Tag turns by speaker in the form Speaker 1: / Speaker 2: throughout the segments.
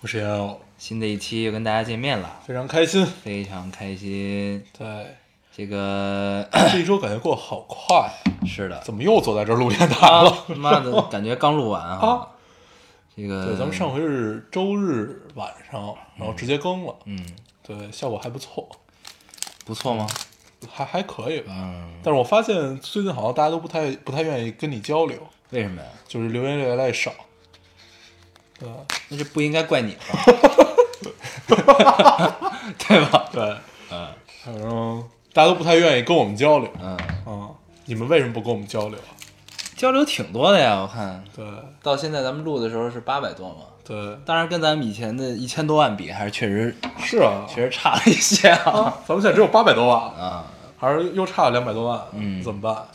Speaker 1: 我是杨友，
Speaker 2: 新的一期又跟大家见面了，
Speaker 1: 非常开心。
Speaker 2: 非常开心。
Speaker 1: 对，
Speaker 2: 这个
Speaker 1: 这一周感觉过得好快，
Speaker 2: 是的，
Speaker 1: 怎么又坐在这儿录电台
Speaker 2: 啊
Speaker 1: 了？，
Speaker 2: 妈的，感觉刚录完啊
Speaker 1: 啊。
Speaker 2: 这个
Speaker 1: 对，咱们上回是周日晚上，然后直接更了。
Speaker 2: 嗯
Speaker 1: 对，效果还不错，
Speaker 2: 不错吗？
Speaker 1: 还还可以吧。
Speaker 2: 嗯，
Speaker 1: 但是我发现最近好像大家都不太不太愿意跟你交流，
Speaker 2: 为什么呀？
Speaker 1: 就是留言越来越少。对
Speaker 2: 那这不应该怪你吧？ 对吧？
Speaker 1: 对，反正大家都不太愿意跟我们交流。
Speaker 2: 嗯，
Speaker 1: 嗯，你们为什么不跟我们交流啊？
Speaker 2: 交流挺多的呀，我看
Speaker 1: 对
Speaker 2: 到现在咱们录的时候是八百多嘛，
Speaker 1: 对，
Speaker 2: 当然跟咱们以前的一千多万比，还是确实
Speaker 1: 是啊，
Speaker 2: 确实差了一些啊。
Speaker 1: 咱们现在只有八百多万，
Speaker 2: 啊，
Speaker 1: 还是又差了两百多万，
Speaker 2: 嗯
Speaker 1: 怎么办？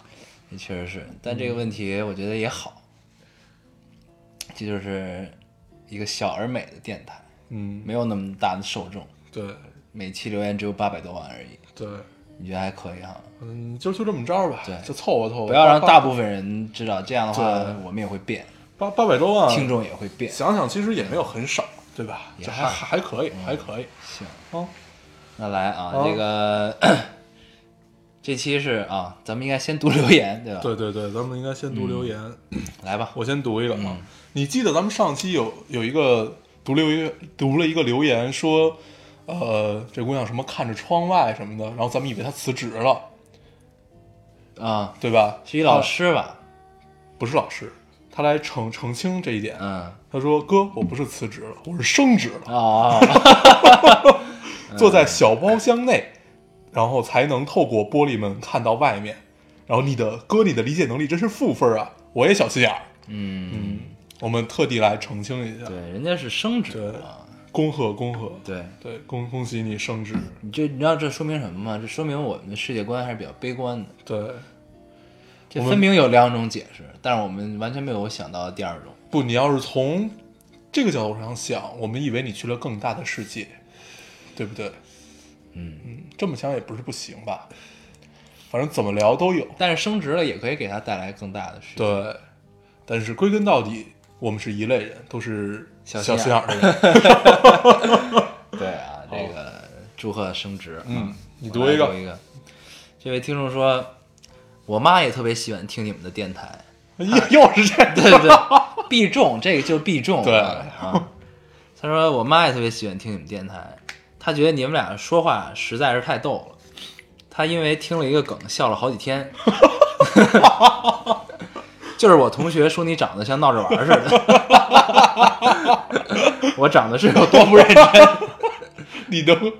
Speaker 2: 也确实是，但这个问题我觉得也好，这就是一个小而美的电台，
Speaker 1: 嗯，
Speaker 2: 没有那么大的受众，
Speaker 1: 对
Speaker 2: 每期留言只有八百多万而已，
Speaker 1: 对，
Speaker 2: 你觉得还可以哈？
Speaker 1: 嗯，就就这么着吧，
Speaker 2: 对
Speaker 1: 就凑合凑合，
Speaker 2: 不要让
Speaker 1: 八
Speaker 2: 大部分人知道，这样的
Speaker 1: 对
Speaker 2: 话我们也会变，
Speaker 1: 八八百多万
Speaker 2: 听众也会变。
Speaker 1: 想想其实也没有很少，对吧？
Speaker 2: 也
Speaker 1: 这
Speaker 2: 还嗯
Speaker 1: 还还可以，还可以
Speaker 2: 行，
Speaker 1: 啊，
Speaker 2: 那来啊，
Speaker 1: 啊
Speaker 2: 这个 这期是啊，咱们应该先读留言，对吧？，
Speaker 1: 对对对，咱们应该先读留言，
Speaker 2: 来吧。
Speaker 1: 我先读一个
Speaker 2: 嗯
Speaker 1: 啊。你记得咱们上期有有一个读留言，读了一个留言说，呃，这姑娘什么看着窗外什么的，然后咱们以为她辞职了，
Speaker 2: 啊，
Speaker 1: 对吧？
Speaker 2: 是一老师吧？
Speaker 1: 不是老师，她来澄澄清这一点。
Speaker 2: 嗯，
Speaker 1: 她说：“哥，我不是辞职了，我是升职了。”
Speaker 2: 哦，
Speaker 1: 坐在小包厢内，然后才能透过玻璃门看到外面。然后你的哥，你的理解能力真是负分啊！我也小心眼儿。
Speaker 2: 嗯，
Speaker 1: 嗯，我们特地来澄清一下
Speaker 2: 对，，人家是升职
Speaker 1: 对
Speaker 2: 啊，
Speaker 1: 恭贺恭贺，
Speaker 2: 对。
Speaker 1: 对，恭恭喜你升职。
Speaker 2: 你这你知道这说明什么吗？这说明我们的世界观还是比较悲观的。
Speaker 1: 对，
Speaker 2: 这
Speaker 1: 我们
Speaker 2: 分明有两种解释，但是我们完全没有想到第二种。
Speaker 1: 不，你要是从这个角度上想，我们以为你去了更大的世界，对不对？
Speaker 2: 嗯
Speaker 1: 嗯，这么想也不是不行吧？反正怎么聊都有。
Speaker 2: 但是升职了也可以给他带来更大的事。，
Speaker 1: 对，但是归根到底，我们是一类人，都是
Speaker 2: 小
Speaker 1: 心
Speaker 2: 心
Speaker 1: 眼
Speaker 2: 眼
Speaker 1: 儿的人。
Speaker 2: 对啊，这个祝贺升职。
Speaker 1: 嗯
Speaker 2: 啊，
Speaker 1: 你
Speaker 2: 我
Speaker 1: 读
Speaker 2: 来
Speaker 1: 一
Speaker 2: 读
Speaker 1: 个
Speaker 2: 一个。这位听众说，我妈也特别喜欢听你们的电台。
Speaker 1: 哎又又是这 样，
Speaker 2: 对对对，必中，这个就是必中。
Speaker 1: 对
Speaker 2: 啊，他说我妈也特别喜欢听你们电台，她觉得你们俩说话实在是太逗了。她因为听了一个梗笑了好几天，就是我同学说你长得像闹着玩儿似的，我长得是有多不认真？
Speaker 1: 你能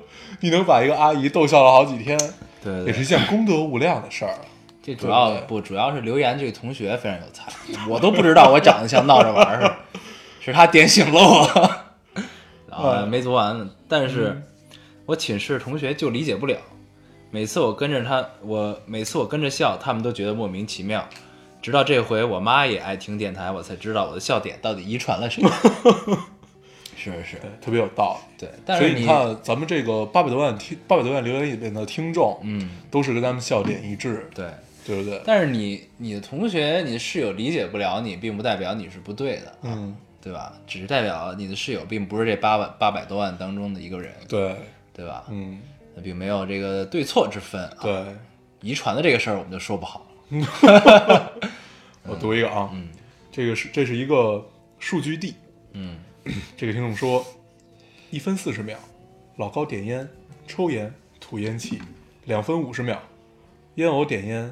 Speaker 1: 你能把一个阿姨逗笑了好几天，
Speaker 2: 对对对
Speaker 1: 也是一件功德无量的事儿。
Speaker 2: 这主要不主要是留言这个同学非常有才，我都不知道我长得像闹着玩儿似的，是他点醒了我。然后
Speaker 1: 嗯
Speaker 2: 没读完呢，但是我寝室同学就理解不了，每次我跟着他，我每次我跟着笑，他们都觉得莫名其妙。直到这回我妈也爱听电台，我才知道我的笑点到底遗传 了谁。是是，
Speaker 1: 对，特别有道理。
Speaker 2: 对，但
Speaker 1: 所
Speaker 2: 是
Speaker 1: 以你看，咱们这个八百多万听八百多万留言里面的听众，
Speaker 2: 嗯，
Speaker 1: 都是跟咱们笑点一致，
Speaker 2: 对，
Speaker 1: 对不对？
Speaker 2: 但是你你的同学、你的室友理解不了你，并不代表你是不对的。
Speaker 1: 嗯，
Speaker 2: 对吧？只是代表你的室友并不是这八万八百多万当中的一个人，
Speaker 1: 对，
Speaker 2: 对吧？
Speaker 1: 嗯，
Speaker 2: 那并没有这个对错之分啊。
Speaker 1: 对。
Speaker 2: 遗传的这个事儿我们就说不好。
Speaker 1: 我读一个啊，
Speaker 2: 嗯
Speaker 1: 这个是这是一个数据地，
Speaker 2: 嗯，
Speaker 1: 这个听众说，一分四十秒，老高点烟，抽烟，吐烟气；两分五十秒，烟偶点烟；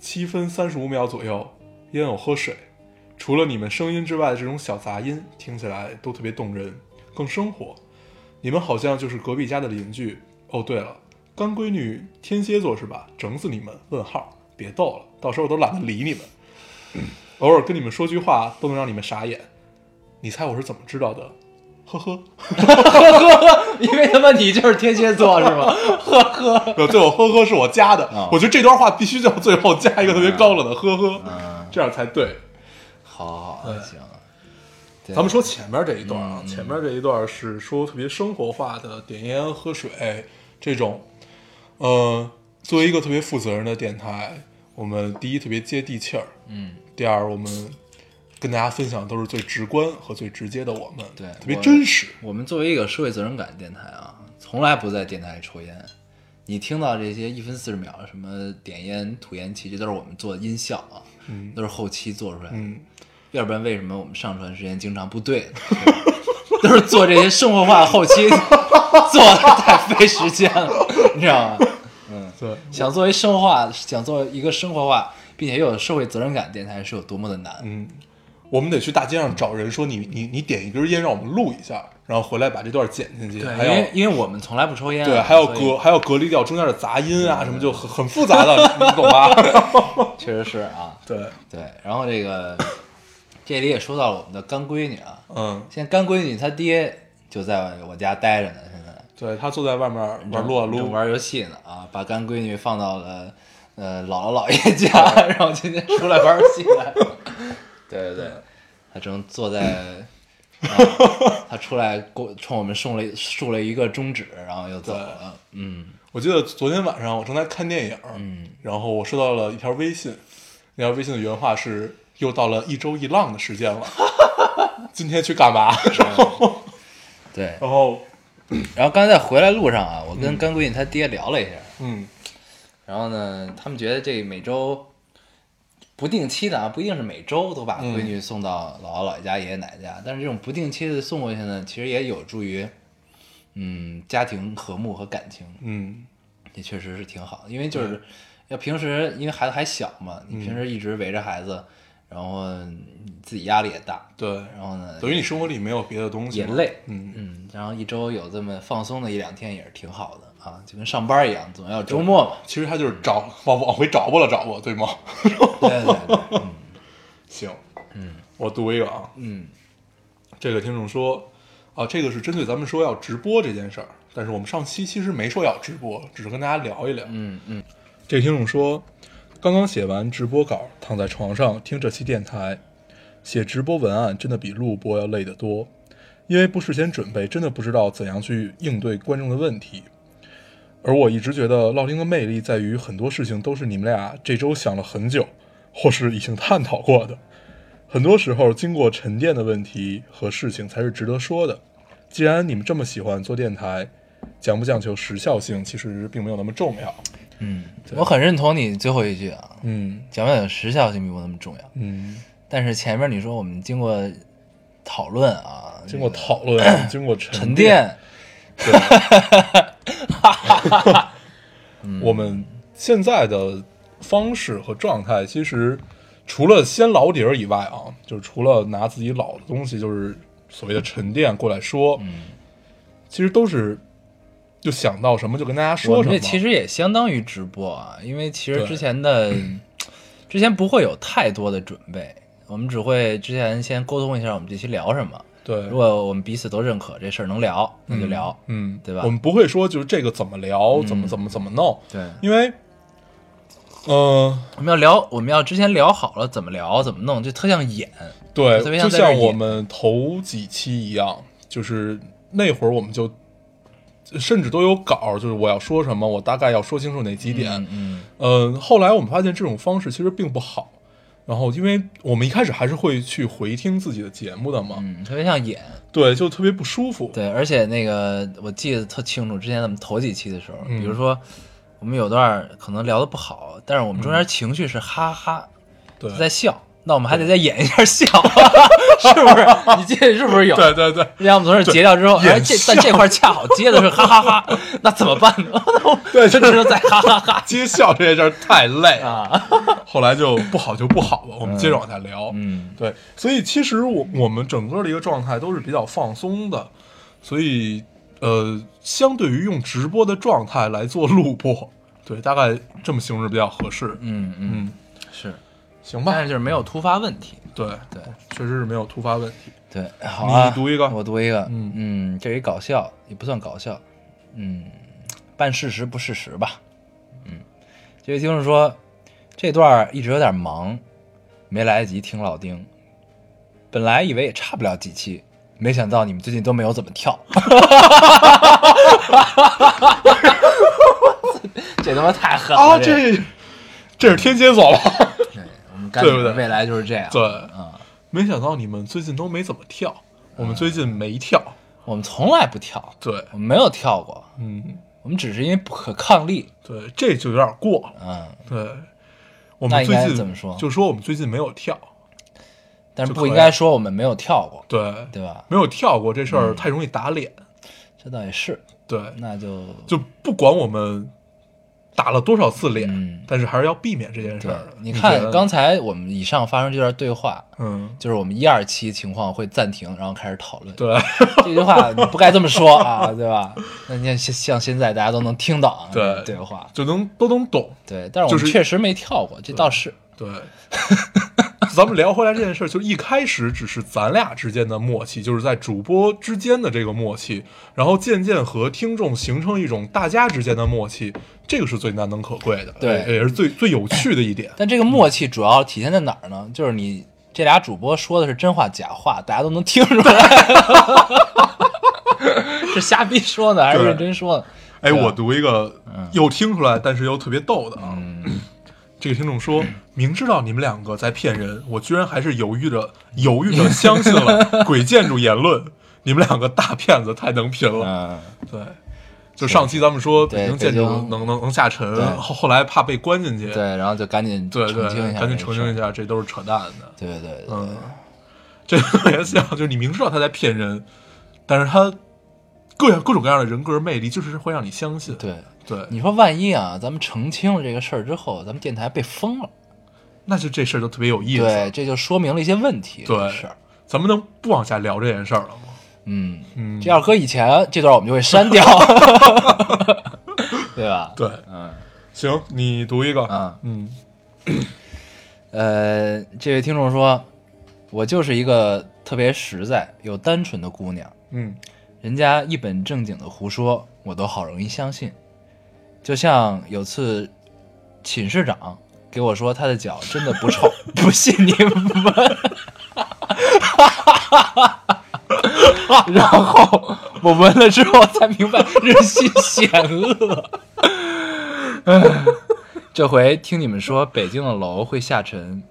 Speaker 1: 七分三十五秒左右，烟偶喝水。除了你们声音之外的这种小杂音，听起来都特别动人，更生活。你们好像就是隔壁家的邻居。哦，对了，干闺女天蝎座是吧？整死你们！问号，别逗了，到时候我都懒得理你们。偶尔跟你们说句话，都能让你们傻眼。你猜我是怎么知道的？呵呵，
Speaker 2: 因为他妈你就是天蝎座是 吗？
Speaker 1: 没有最后呵呵是我加的
Speaker 2: 啊，
Speaker 1: 我觉得这段话必须要最后加一个特别高冷的呵呵，
Speaker 2: 嗯，
Speaker 1: 这样才对。
Speaker 2: 好，好，行。对嗯
Speaker 1: 咱们说前面这一段啊，前面这一段是说特别生活化的点烟喝水这种，呃，作为一个特别负责任的电台，我们第一特别接地气儿，
Speaker 2: 嗯，
Speaker 1: 第二我们跟大家分享都是最直观和最直接的我们，
Speaker 2: 对
Speaker 1: 特别
Speaker 2: 我
Speaker 1: 真实，
Speaker 2: 我们作为一个社会责任感的电台啊，从来不在电台里抽烟。你听到这些一分四十秒什么点烟吐烟器，这都是我们做的音效啊，
Speaker 1: 嗯
Speaker 2: 都是后期做出来的。
Speaker 1: 嗯，
Speaker 2: 要不然为什么我们上传时间经常不对呢？都是做这些生活化的后期做的太费时间了，你知道吗？嗯
Speaker 1: 对，
Speaker 2: 想作为生活化，想做一个生活化并且又有社会责任感的电台是有多么的难。
Speaker 1: 嗯，我们得去大街上找人说你你你点一根烟让我们录一下，然后回来把这段剪进去，
Speaker 2: 对，
Speaker 1: 还
Speaker 2: 因为
Speaker 1: 要
Speaker 2: 因为我们从来不抽烟啊、
Speaker 1: 对还要
Speaker 2: 所以
Speaker 1: 隔还要隔离掉中间的杂音啊什么，就很很复杂的，你懂 吧？
Speaker 2: 确实是啊，
Speaker 1: 对，
Speaker 2: 对。然后这个这里也说到了我们的干闺女啊，
Speaker 1: 嗯，
Speaker 2: 现在干闺女她爹就在我家待着呢，现在
Speaker 1: 对他坐在外面玩撸啊
Speaker 2: 正
Speaker 1: 撸，
Speaker 2: 玩游戏呢啊，把干闺女放到了呃姥姥姥爷家， 然后今天出来玩游戏来了。对对对，他正坐 在，啊、他出来给我冲我们送了一竖了一个中指，然后又走了。嗯，
Speaker 1: 我记得昨天晚上我正在看电影，嗯，然后我收到了一条微信，那条微信的原话是：“又到了一周一浪的时 间了，今天去干嘛。
Speaker 2: 对？”
Speaker 1: 然后，
Speaker 2: 然后刚才在回来路上啊，我跟干闺女她爹聊了一下，
Speaker 1: 嗯
Speaker 2: 然后呢，他们觉得这每周不定期的啊，不一定是每周都把闺女送到姥姥姥爷家、爷爷奶奶家，但是这种不定期的送过去呢，其实也有助于嗯家庭和睦和感情，
Speaker 1: 嗯，
Speaker 2: 也确实是挺好的。因为就是要平时因为孩子还小嘛，你平时一直围着孩子，然后你自己压力也大，
Speaker 1: 对，
Speaker 2: 然后呢
Speaker 1: 等于你生活里没有别的东西，
Speaker 2: 也，累，
Speaker 1: 嗯
Speaker 2: 嗯，然后一周有这么放松的一两天也是挺好的啊，就跟上班一样，总要有周末嘛。
Speaker 1: 其实他就是找 往往回找吧了找吧，对吗？
Speaker 2: 对对对，对嗯
Speaker 1: 行，嗯，我读一个啊，
Speaker 2: 嗯。
Speaker 1: 这个听众说，啊，这个是针对咱们说要直播这件事儿，但是我们上期其实没说要直播，只是跟大家聊一聊。
Speaker 2: 嗯嗯
Speaker 1: 这个听众说，刚刚写完直播稿，躺在床上听这期电台，写直播文案真的比录播要累得多，因为不事先准备，真的不知道怎样去应对观众的问题。而我一直觉得烙丁的魅力在于，很多事情都是你们俩这周想了很久，或是已经探讨过的。很多时候，经过沉淀的问题和事情才是值得说的。既然你们这么喜欢做电台，讲不讲求时效性，其实并没有那么重要。
Speaker 2: 嗯，我很认同你最后一句啊，
Speaker 1: 嗯
Speaker 2: 讲不讲时效性并不那么重要。
Speaker 1: 嗯，
Speaker 2: 但是前面你说我们经过讨论啊，
Speaker 1: 经过
Speaker 2: 这个
Speaker 1: 讨论，经过沉
Speaker 2: 沉，淀，
Speaker 1: 我们现在的方式和状态，其实除了先老底儿以外啊，就是除了拿自己老的东西，就是所谓的沉淀过来说，
Speaker 2: 嗯
Speaker 1: 其实都是就想到什么就跟大家
Speaker 2: 我
Speaker 1: 说什
Speaker 2: 们
Speaker 1: 么。
Speaker 2: 这其实也相当于直播啊，因为其实
Speaker 1: 对
Speaker 2: 之前的 之前不会有太多的准备，我们只会之前先沟通一下我们这期聊什么。
Speaker 1: 对
Speaker 2: 如，果我们彼此都认可这事儿能聊，那就聊。
Speaker 1: 嗯，
Speaker 2: 对吧嗯
Speaker 1: 我们不会说就是这个怎么聊，怎么怎么怎么弄，
Speaker 2: 对，
Speaker 1: 因为，嗯。
Speaker 2: 我们要聊，我们要之前聊好了怎么聊怎么弄，就特像演。
Speaker 1: 对，
Speaker 2: 特别
Speaker 1: 就
Speaker 2: 像在这儿
Speaker 1: 像我
Speaker 2: 演
Speaker 1: 们头几期一样，就是那会儿我们就甚至都有稿儿，就是我要说什么，我大概要说清楚哪几点。
Speaker 2: 嗯嗯
Speaker 1: 嗯、后来我们发现这种方式其实并不好。然后，因为我们一开始还是会去回听自己的节目的嘛，
Speaker 2: 嗯，特别像演。
Speaker 1: 对，就特别不舒服。
Speaker 2: 对，而且那个我记得特清楚，之前咱们头几期的时候，
Speaker 1: 嗯
Speaker 2: 比如说我们有段儿可能聊的不好，但是我们中间情绪是哈哈
Speaker 1: 嗯对，
Speaker 2: 在笑，那我们还得再演一下 笑，是不是？你记得是不是有？
Speaker 1: 对对 对
Speaker 2: 让我们从这儿截掉之后，
Speaker 1: 对
Speaker 2: 哎，这
Speaker 1: 演
Speaker 2: 但这块儿恰 好接的是哈哈哈那怎么办呢？
Speaker 1: 对，
Speaker 2: 这
Speaker 1: 就
Speaker 2: 只
Speaker 1: 是
Speaker 2: 能在哈哈 哈
Speaker 1: 接笑这件事儿太累了。
Speaker 2: 啊，
Speaker 1: 后来就不好就不好了，我们接着往下聊。
Speaker 2: 嗯，
Speaker 1: 对，所以其实我我们整个的一个状态都是比较放松的，所以呃，相对于用直播的状态来做录播，对，大概这么形容比较合适。
Speaker 2: 嗯嗯，
Speaker 1: 嗯，
Speaker 2: 是，
Speaker 1: 行
Speaker 2: 但
Speaker 1: 吧，
Speaker 2: 是就是没有突发问题。
Speaker 1: 对
Speaker 2: 对，
Speaker 1: 确实是没有突发问题。
Speaker 2: 对，好啊，
Speaker 1: 你读一个
Speaker 2: 我读一个。
Speaker 1: 嗯
Speaker 2: 嗯，这一搞笑也不算搞笑，嗯，半事实不事实吧。嗯，这位听众说，这段儿一直有点忙，没来得及听老丁。本来以为也差不了几期，没想到你们最近都没有怎么 跳。这他妈太狠了！
Speaker 1: 啊，
Speaker 2: 这
Speaker 1: 这这是天蝎座吧？
Speaker 2: 对我们干
Speaker 1: 对不对
Speaker 2: 未来就是这样。
Speaker 1: 对
Speaker 2: 啊、
Speaker 1: 没想到你们最近都没怎么跳，我们最近
Speaker 2: 嗯
Speaker 1: 没跳。
Speaker 2: 我们从来不跳，
Speaker 1: 对，
Speaker 2: 我们没有跳过，
Speaker 1: 嗯，
Speaker 2: 我们只是因为不可抗力。
Speaker 1: 对，这就有点过了。
Speaker 2: 嗯，
Speaker 1: 对，我
Speaker 2: 那
Speaker 1: 们
Speaker 2: 应
Speaker 1: 最
Speaker 2: 该
Speaker 1: 近
Speaker 2: 怎么说
Speaker 1: 就说我们最近没有跳，
Speaker 2: 但是
Speaker 1: 就
Speaker 2: 不应
Speaker 1: 可以
Speaker 2: 该说我们没有跳过，
Speaker 1: 对，
Speaker 2: 对吧？
Speaker 1: 没有跳过这事
Speaker 2: 嗯
Speaker 1: 儿太容易打脸。
Speaker 2: 这倒也是，
Speaker 1: 对，
Speaker 2: 那就
Speaker 1: 就不管我们打了多少次脸，
Speaker 2: 嗯
Speaker 1: 但是还是要避免这件事
Speaker 2: 对
Speaker 1: 儿。。
Speaker 2: 你
Speaker 1: 觉
Speaker 2: 看
Speaker 1: 得
Speaker 2: 刚才我们以上发生这段对话，
Speaker 1: 嗯，
Speaker 2: 就是我们一二期情况会暂停，然后开始讨论。
Speaker 1: 对
Speaker 2: 这句话你不该这么说啊，对吧？那你看像像现在大家都能听到啊，
Speaker 1: 对
Speaker 2: 对话，
Speaker 1: 就能都能懂。
Speaker 2: 对。但是我
Speaker 1: 就
Speaker 2: 们
Speaker 1: 是
Speaker 2: 确实没跳过，这倒是
Speaker 1: 对， 咱们聊回来这件事儿，就一开始只是咱俩之间的默契，就是在主播之间的这个默契，然后渐渐和听众形成一种大家之间的默契，这个是最难能可贵的，
Speaker 2: 对
Speaker 1: 也也是最最有趣的一点。
Speaker 2: 但这个默契主要体现在哪儿呢？就是你这俩主播说的是真话假话，大家都能听出来， 是瞎逼说呢还是
Speaker 1: 对
Speaker 2: 认真说呢？
Speaker 1: 哎，
Speaker 2: 对啊
Speaker 1: 我读一个又听出来，但是又特别逗的啊。这个听众说：“明知道你们两个在骗人，我居然还是犹豫着、犹豫着相 信了鬼建筑言论。你们两个大骗子，太能拼了。
Speaker 2: 嗯，
Speaker 1: 对，就上期咱们说
Speaker 2: 对
Speaker 1: 北京建筑
Speaker 2: 北京
Speaker 1: 能能能下沉
Speaker 2: 对，
Speaker 1: 后后来怕被关进去。
Speaker 2: 对，然后就赶紧
Speaker 1: 对
Speaker 2: 澄
Speaker 1: 对
Speaker 2: 清一下，
Speaker 1: 赶紧澄清一。下，这都是扯淡的。
Speaker 2: 对对对，对
Speaker 1: 嗯， 这个也像，就是你明知道他在骗人，但是他各样各种各样的人格魅力，就是会让你相信。
Speaker 2: 对，
Speaker 1: 对，
Speaker 2: 你说万一啊，咱们澄清了这个事儿之后，咱们电台被封了，
Speaker 1: 那就这事儿就特别有意思。
Speaker 2: 对，这就说明了一些问题。
Speaker 1: 对
Speaker 2: 这事儿，
Speaker 1: 咱们能不往下聊这件事儿了吗？
Speaker 2: 嗯，
Speaker 1: 嗯
Speaker 2: 这要搁以前这段我们就会删 掉，对吧？
Speaker 1: 对，
Speaker 2: 嗯，
Speaker 1: 行，你读一个。
Speaker 2: 啊
Speaker 1: 嗯
Speaker 2: 呃，这位听众说，我就是一个特别实在又单纯的姑娘，
Speaker 1: 嗯
Speaker 2: 人家一本正经的胡说，我都好容易相信。就像有次寝室长给我说他的脚真的不臭，不信你闻。 然后我闻了之后才明白日系险恶。 这回听你们说北京的楼会下沉，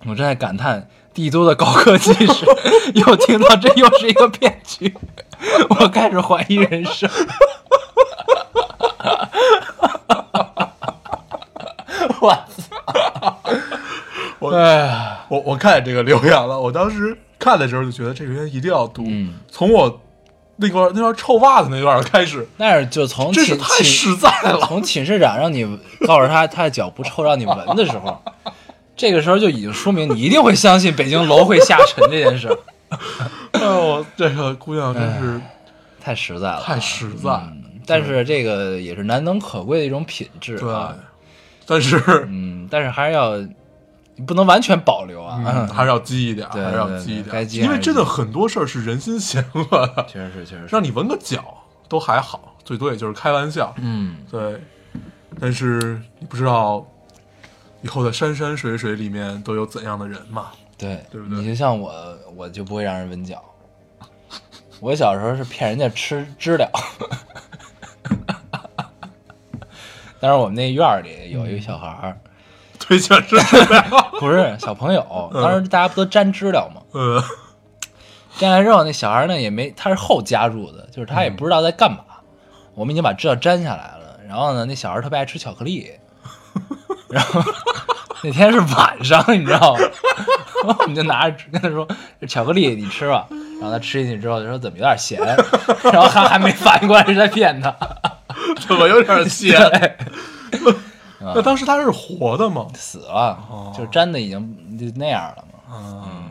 Speaker 2: 我正在感叹帝都的高科技时， 又听到这又是一个骗局， 我开始怀疑人生。我操！
Speaker 1: 我
Speaker 2: 哎呀，
Speaker 1: 我我看见这个留言了，我当时看的时候就觉得这个留言一定要读。
Speaker 2: 嗯
Speaker 1: 从我那段那段臭袜子那段开始，
Speaker 2: 但是就从
Speaker 1: 真是
Speaker 2: 寝
Speaker 1: 太
Speaker 2: 寝
Speaker 1: 实在了。
Speaker 2: 从寝室长让你告诉他他的脚不臭让你闻的时候，这个时候就已经说明你一定会相信北京楼会下沉这件事儿，
Speaker 1: 哎呦，这个姑娘真是
Speaker 2: 太实在了，
Speaker 1: 太实在了。
Speaker 2: 哎嗯但是这个也是难能可贵的一种品质
Speaker 1: 对
Speaker 2: 啊。，
Speaker 1: 但是
Speaker 2: 嗯，但是还是要不能完全保留啊，
Speaker 1: 嗯，还是要积一点，
Speaker 2: 对
Speaker 1: 还是要积一
Speaker 2: 对对该
Speaker 1: 点，
Speaker 2: 积
Speaker 1: 因为
Speaker 2: 还是
Speaker 1: 真的
Speaker 2: 积
Speaker 1: 很多事儿是人心险恶的，
Speaker 2: 确实是，确实是，
Speaker 1: 让你闻个脚都还好，最多也就是开玩笑。
Speaker 2: 嗯，
Speaker 1: 对，但是你不知道以后的山山水水里面都有怎样的人嘛？
Speaker 2: 对，
Speaker 1: 对不对
Speaker 2: 你就像我，我就不会让人闻脚。我小时候是骗人家吃知了，但是我们那院儿里有一个小孩儿，
Speaker 1: 对，确实是这样。
Speaker 2: 不是小朋友，
Speaker 1: 嗯
Speaker 2: 当时大家不都粘知了吗？
Speaker 1: 呃，
Speaker 2: 进来之后，那小孩呢也没，他是后加入的，就是他也
Speaker 1: 嗯
Speaker 2: 不知道在干嘛。我们已经把知道粘下来了，然后呢，那小孩特别爱吃巧克 力，然后那天是晚上，你知道吗？我们就拿着跟他说：“这巧克力你吃吧。”然后他吃进去之后就说：“怎么有点咸？” 然后他还没反应过来是在骗 他，
Speaker 1: 怎么有 点邪？
Speaker 2: 对，
Speaker 1: 那当时他是活的吗？
Speaker 2: 死了，
Speaker 1: 哦
Speaker 2: 就是粘的已经就那样了嘛，嗯
Speaker 1: 啊，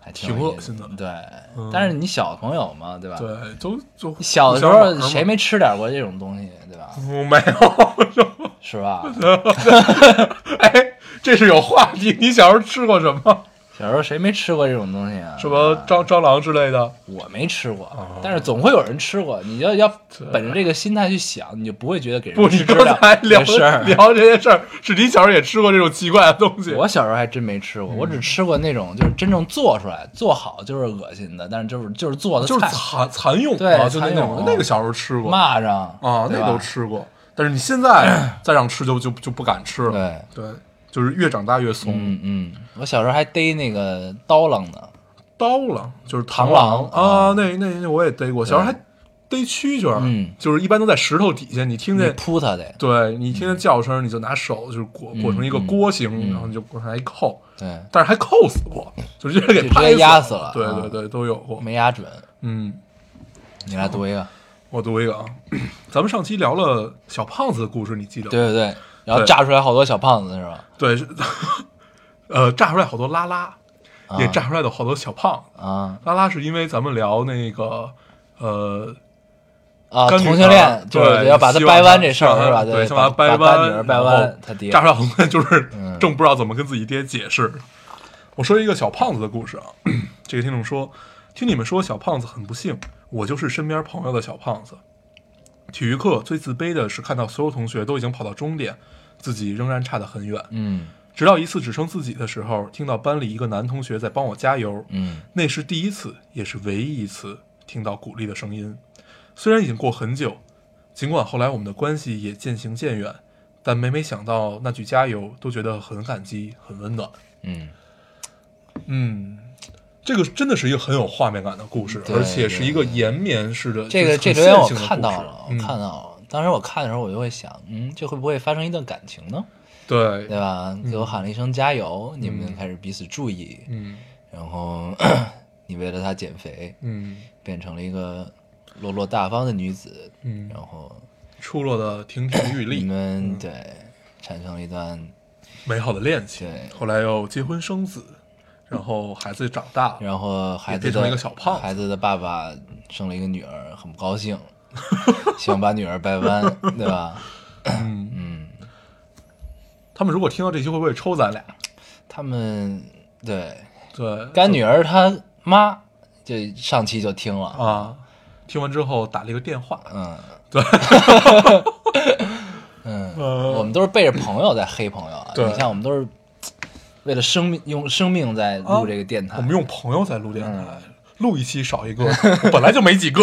Speaker 2: 还有意思
Speaker 1: 挺恶心嗯
Speaker 2: 对，但是你小朋友嘛，对吧？
Speaker 1: 对，都就
Speaker 2: 小的时
Speaker 1: 互相玩
Speaker 2: 候
Speaker 1: 嘛
Speaker 2: 谁没吃点过这种东西，对吧？
Speaker 1: 我没有？
Speaker 2: 是吧？
Speaker 1: 哎，这是有话题。你小时候吃过什么？
Speaker 2: 小时候谁没吃过这种东西啊？
Speaker 1: 什么蟑蟑螂之类的？
Speaker 2: 我没吃过，
Speaker 1: 哦
Speaker 2: 但是总会有人吃过。你要要本着这个心态去想，你就不会觉得给
Speaker 1: 不，
Speaker 2: 人
Speaker 1: 你
Speaker 2: 吃
Speaker 1: 刚
Speaker 2: 知
Speaker 1: 才
Speaker 2: 了
Speaker 1: 聊
Speaker 2: 事儿。
Speaker 1: 聊这些事儿，是你小时候也吃过这种奇怪的东西。
Speaker 2: 我小时候还真没吃过，我
Speaker 1: 嗯
Speaker 2: 只吃过那种就是真正做出来、做好就是恶心的，但是就是就是做的
Speaker 1: 就是
Speaker 2: 菜
Speaker 1: 蚕蚕蛹
Speaker 2: 对
Speaker 1: 啊，就那
Speaker 2: 蚕
Speaker 1: 种
Speaker 2: 蛹
Speaker 1: 那个小时候吃过
Speaker 2: 蚂蚱
Speaker 1: 啊，
Speaker 2: 对
Speaker 1: 那
Speaker 2: 吧
Speaker 1: 都吃过。但是你现在再让吃就就就不敢吃了。
Speaker 2: 对。
Speaker 1: 对，就是越长大越怂。
Speaker 2: 嗯嗯，我小时候还逮那个刀郎呢，
Speaker 1: 刀了，就是螳
Speaker 2: 螂
Speaker 1: 啊，那那那我也逮过，小时候还逮蛐蛐儿
Speaker 2: 嗯，
Speaker 1: 就是一般都在石头底下，你听
Speaker 2: 你嗯
Speaker 1: 见
Speaker 2: 扑它得，
Speaker 1: 对你听见叫声，你就拿手就是裹裹成一个锅
Speaker 2: 嗯
Speaker 1: 形，然后你就往上一扣，
Speaker 2: 对，
Speaker 1: 但是还扣死过，就直接给
Speaker 2: 嗯就直接
Speaker 1: 拍
Speaker 2: 压
Speaker 1: 死
Speaker 2: 死了
Speaker 1: 对
Speaker 2: 啊
Speaker 1: 对对，都有过。
Speaker 2: 没压准。
Speaker 1: 嗯，
Speaker 2: 你
Speaker 1: 哦
Speaker 2: 来读一个，
Speaker 1: 我读一个啊， 咱们上期聊了小胖子的故事，你记得吗？
Speaker 2: 对对对，然后
Speaker 1: 对
Speaker 2: 炸出来好多小胖子是吧？
Speaker 1: 对，是 呃，炸出来好多拉拉，
Speaker 2: 啊
Speaker 1: 也炸出来的好多小胖子。
Speaker 2: 啊
Speaker 1: 拉拉是因为咱们聊那个呃
Speaker 2: 啊！
Speaker 1: 干
Speaker 2: 同
Speaker 1: 女
Speaker 2: 性
Speaker 1: 儿
Speaker 2: 恋就是
Speaker 1: 对
Speaker 2: 要把他
Speaker 1: 希望
Speaker 2: 掰弯
Speaker 1: 他
Speaker 2: 这事儿
Speaker 1: 希望
Speaker 2: 是
Speaker 1: 他
Speaker 2: 吧？
Speaker 1: 对，先
Speaker 2: 把
Speaker 1: 他
Speaker 2: 把
Speaker 1: 掰弯，
Speaker 2: 干女儿掰
Speaker 1: 然后
Speaker 2: 弯他爹
Speaker 1: 炸出来好多就是
Speaker 2: 嗯
Speaker 1: 正不知道怎么跟自己爹解释。我说一个小胖子的故事啊， 这个听众说，听你们说小胖子很不幸，我就是身边朋友的小胖子。体育课最自卑的是看到所有同学都已经跑到终点，自己仍然差得很远。
Speaker 2: 嗯
Speaker 1: 直到一次只剩自己的时候，听到班里一个男同学在帮我加油，
Speaker 2: 嗯
Speaker 1: 那是第一次，也是唯一一次听到鼓励的声音。虽然已经过很久，尽管后来我们的关系也渐行渐远，但每每想到那句加油，都觉得很感激，很温暖。
Speaker 2: 嗯，
Speaker 1: 嗯，这个真的是一个很有画面感的故事，
Speaker 2: 对
Speaker 1: 而且是一个延绵式的。
Speaker 2: 这个
Speaker 1: 呃就
Speaker 2: 这
Speaker 1: 是
Speaker 2: 留言我
Speaker 1: 很线性的
Speaker 2: 看到
Speaker 1: 故事
Speaker 2: 了，我
Speaker 1: 嗯
Speaker 2: 看到了。当时我看的时候，我就会想，嗯，这会不会发生一段感情呢？
Speaker 1: 对，
Speaker 2: 对吧？给我喊了一声加油，你们开始彼此注意，
Speaker 1: 嗯
Speaker 2: 然后你为了他减肥，
Speaker 1: 嗯
Speaker 2: 变成了一个落落大方的女子，
Speaker 1: 嗯，
Speaker 2: 然后
Speaker 1: 出落的亭亭
Speaker 2: 你
Speaker 1: 玉立，
Speaker 2: 们对产生了一段，
Speaker 1: 美好的恋情
Speaker 2: 对，
Speaker 1: 后来又结婚生子，然后孩子长大了，
Speaker 2: 然后孩子
Speaker 1: 也变成了
Speaker 2: 的
Speaker 1: 一个小胖子
Speaker 2: 孩子的爸爸生了一个女儿，很不高兴， 希望把女儿掰弯，对吧？
Speaker 1: 嗯，嗯，他们如果听到这期会不会抽咱俩？
Speaker 2: 他们对
Speaker 1: 对，
Speaker 2: 干女儿她妈就上期就听了，
Speaker 1: 啊，听完之后打了一个电话，
Speaker 2: 嗯，
Speaker 1: 对，
Speaker 2: 嗯，
Speaker 1: 呃
Speaker 2: 我们都是背着朋友在黑朋友啊，
Speaker 1: 对
Speaker 2: 你像我们都是为了生命用生命在录这个电台，
Speaker 1: 啊我们用朋友在录电台，录一期少 一个，本来就没几个。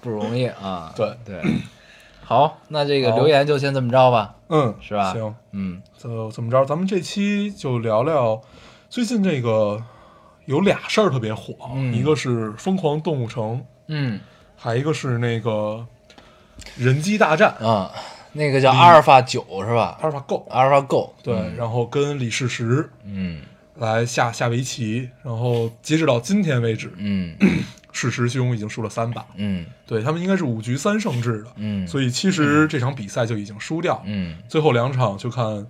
Speaker 2: 不容易啊。
Speaker 1: 对
Speaker 2: 对，好，那这个
Speaker 1: 好
Speaker 2: 留言就先这么着吧，
Speaker 1: 嗯，
Speaker 2: 是吧？
Speaker 1: 行，
Speaker 2: 嗯
Speaker 1: 就怎么着？咱们这期就聊聊最近这个有俩事儿特别火，
Speaker 2: 嗯
Speaker 1: 一个是《疯狂动物城》，
Speaker 2: 嗯
Speaker 1: 还一个是那个《人机大战》
Speaker 2: 啊，那个叫阿尔法九是吧？
Speaker 1: 阿尔法 Go，
Speaker 2: 阿尔法 Go，
Speaker 1: 对，然后跟李世石
Speaker 2: 嗯
Speaker 1: 来下下围棋，然后截止到今天为止，
Speaker 2: 嗯
Speaker 1: 是师兄已经输了三把，
Speaker 2: 嗯
Speaker 1: 对他们应该是五局三胜制的，
Speaker 2: 嗯
Speaker 1: 所以其实这场比赛就已经输掉了，
Speaker 2: 嗯
Speaker 1: 最后两场就看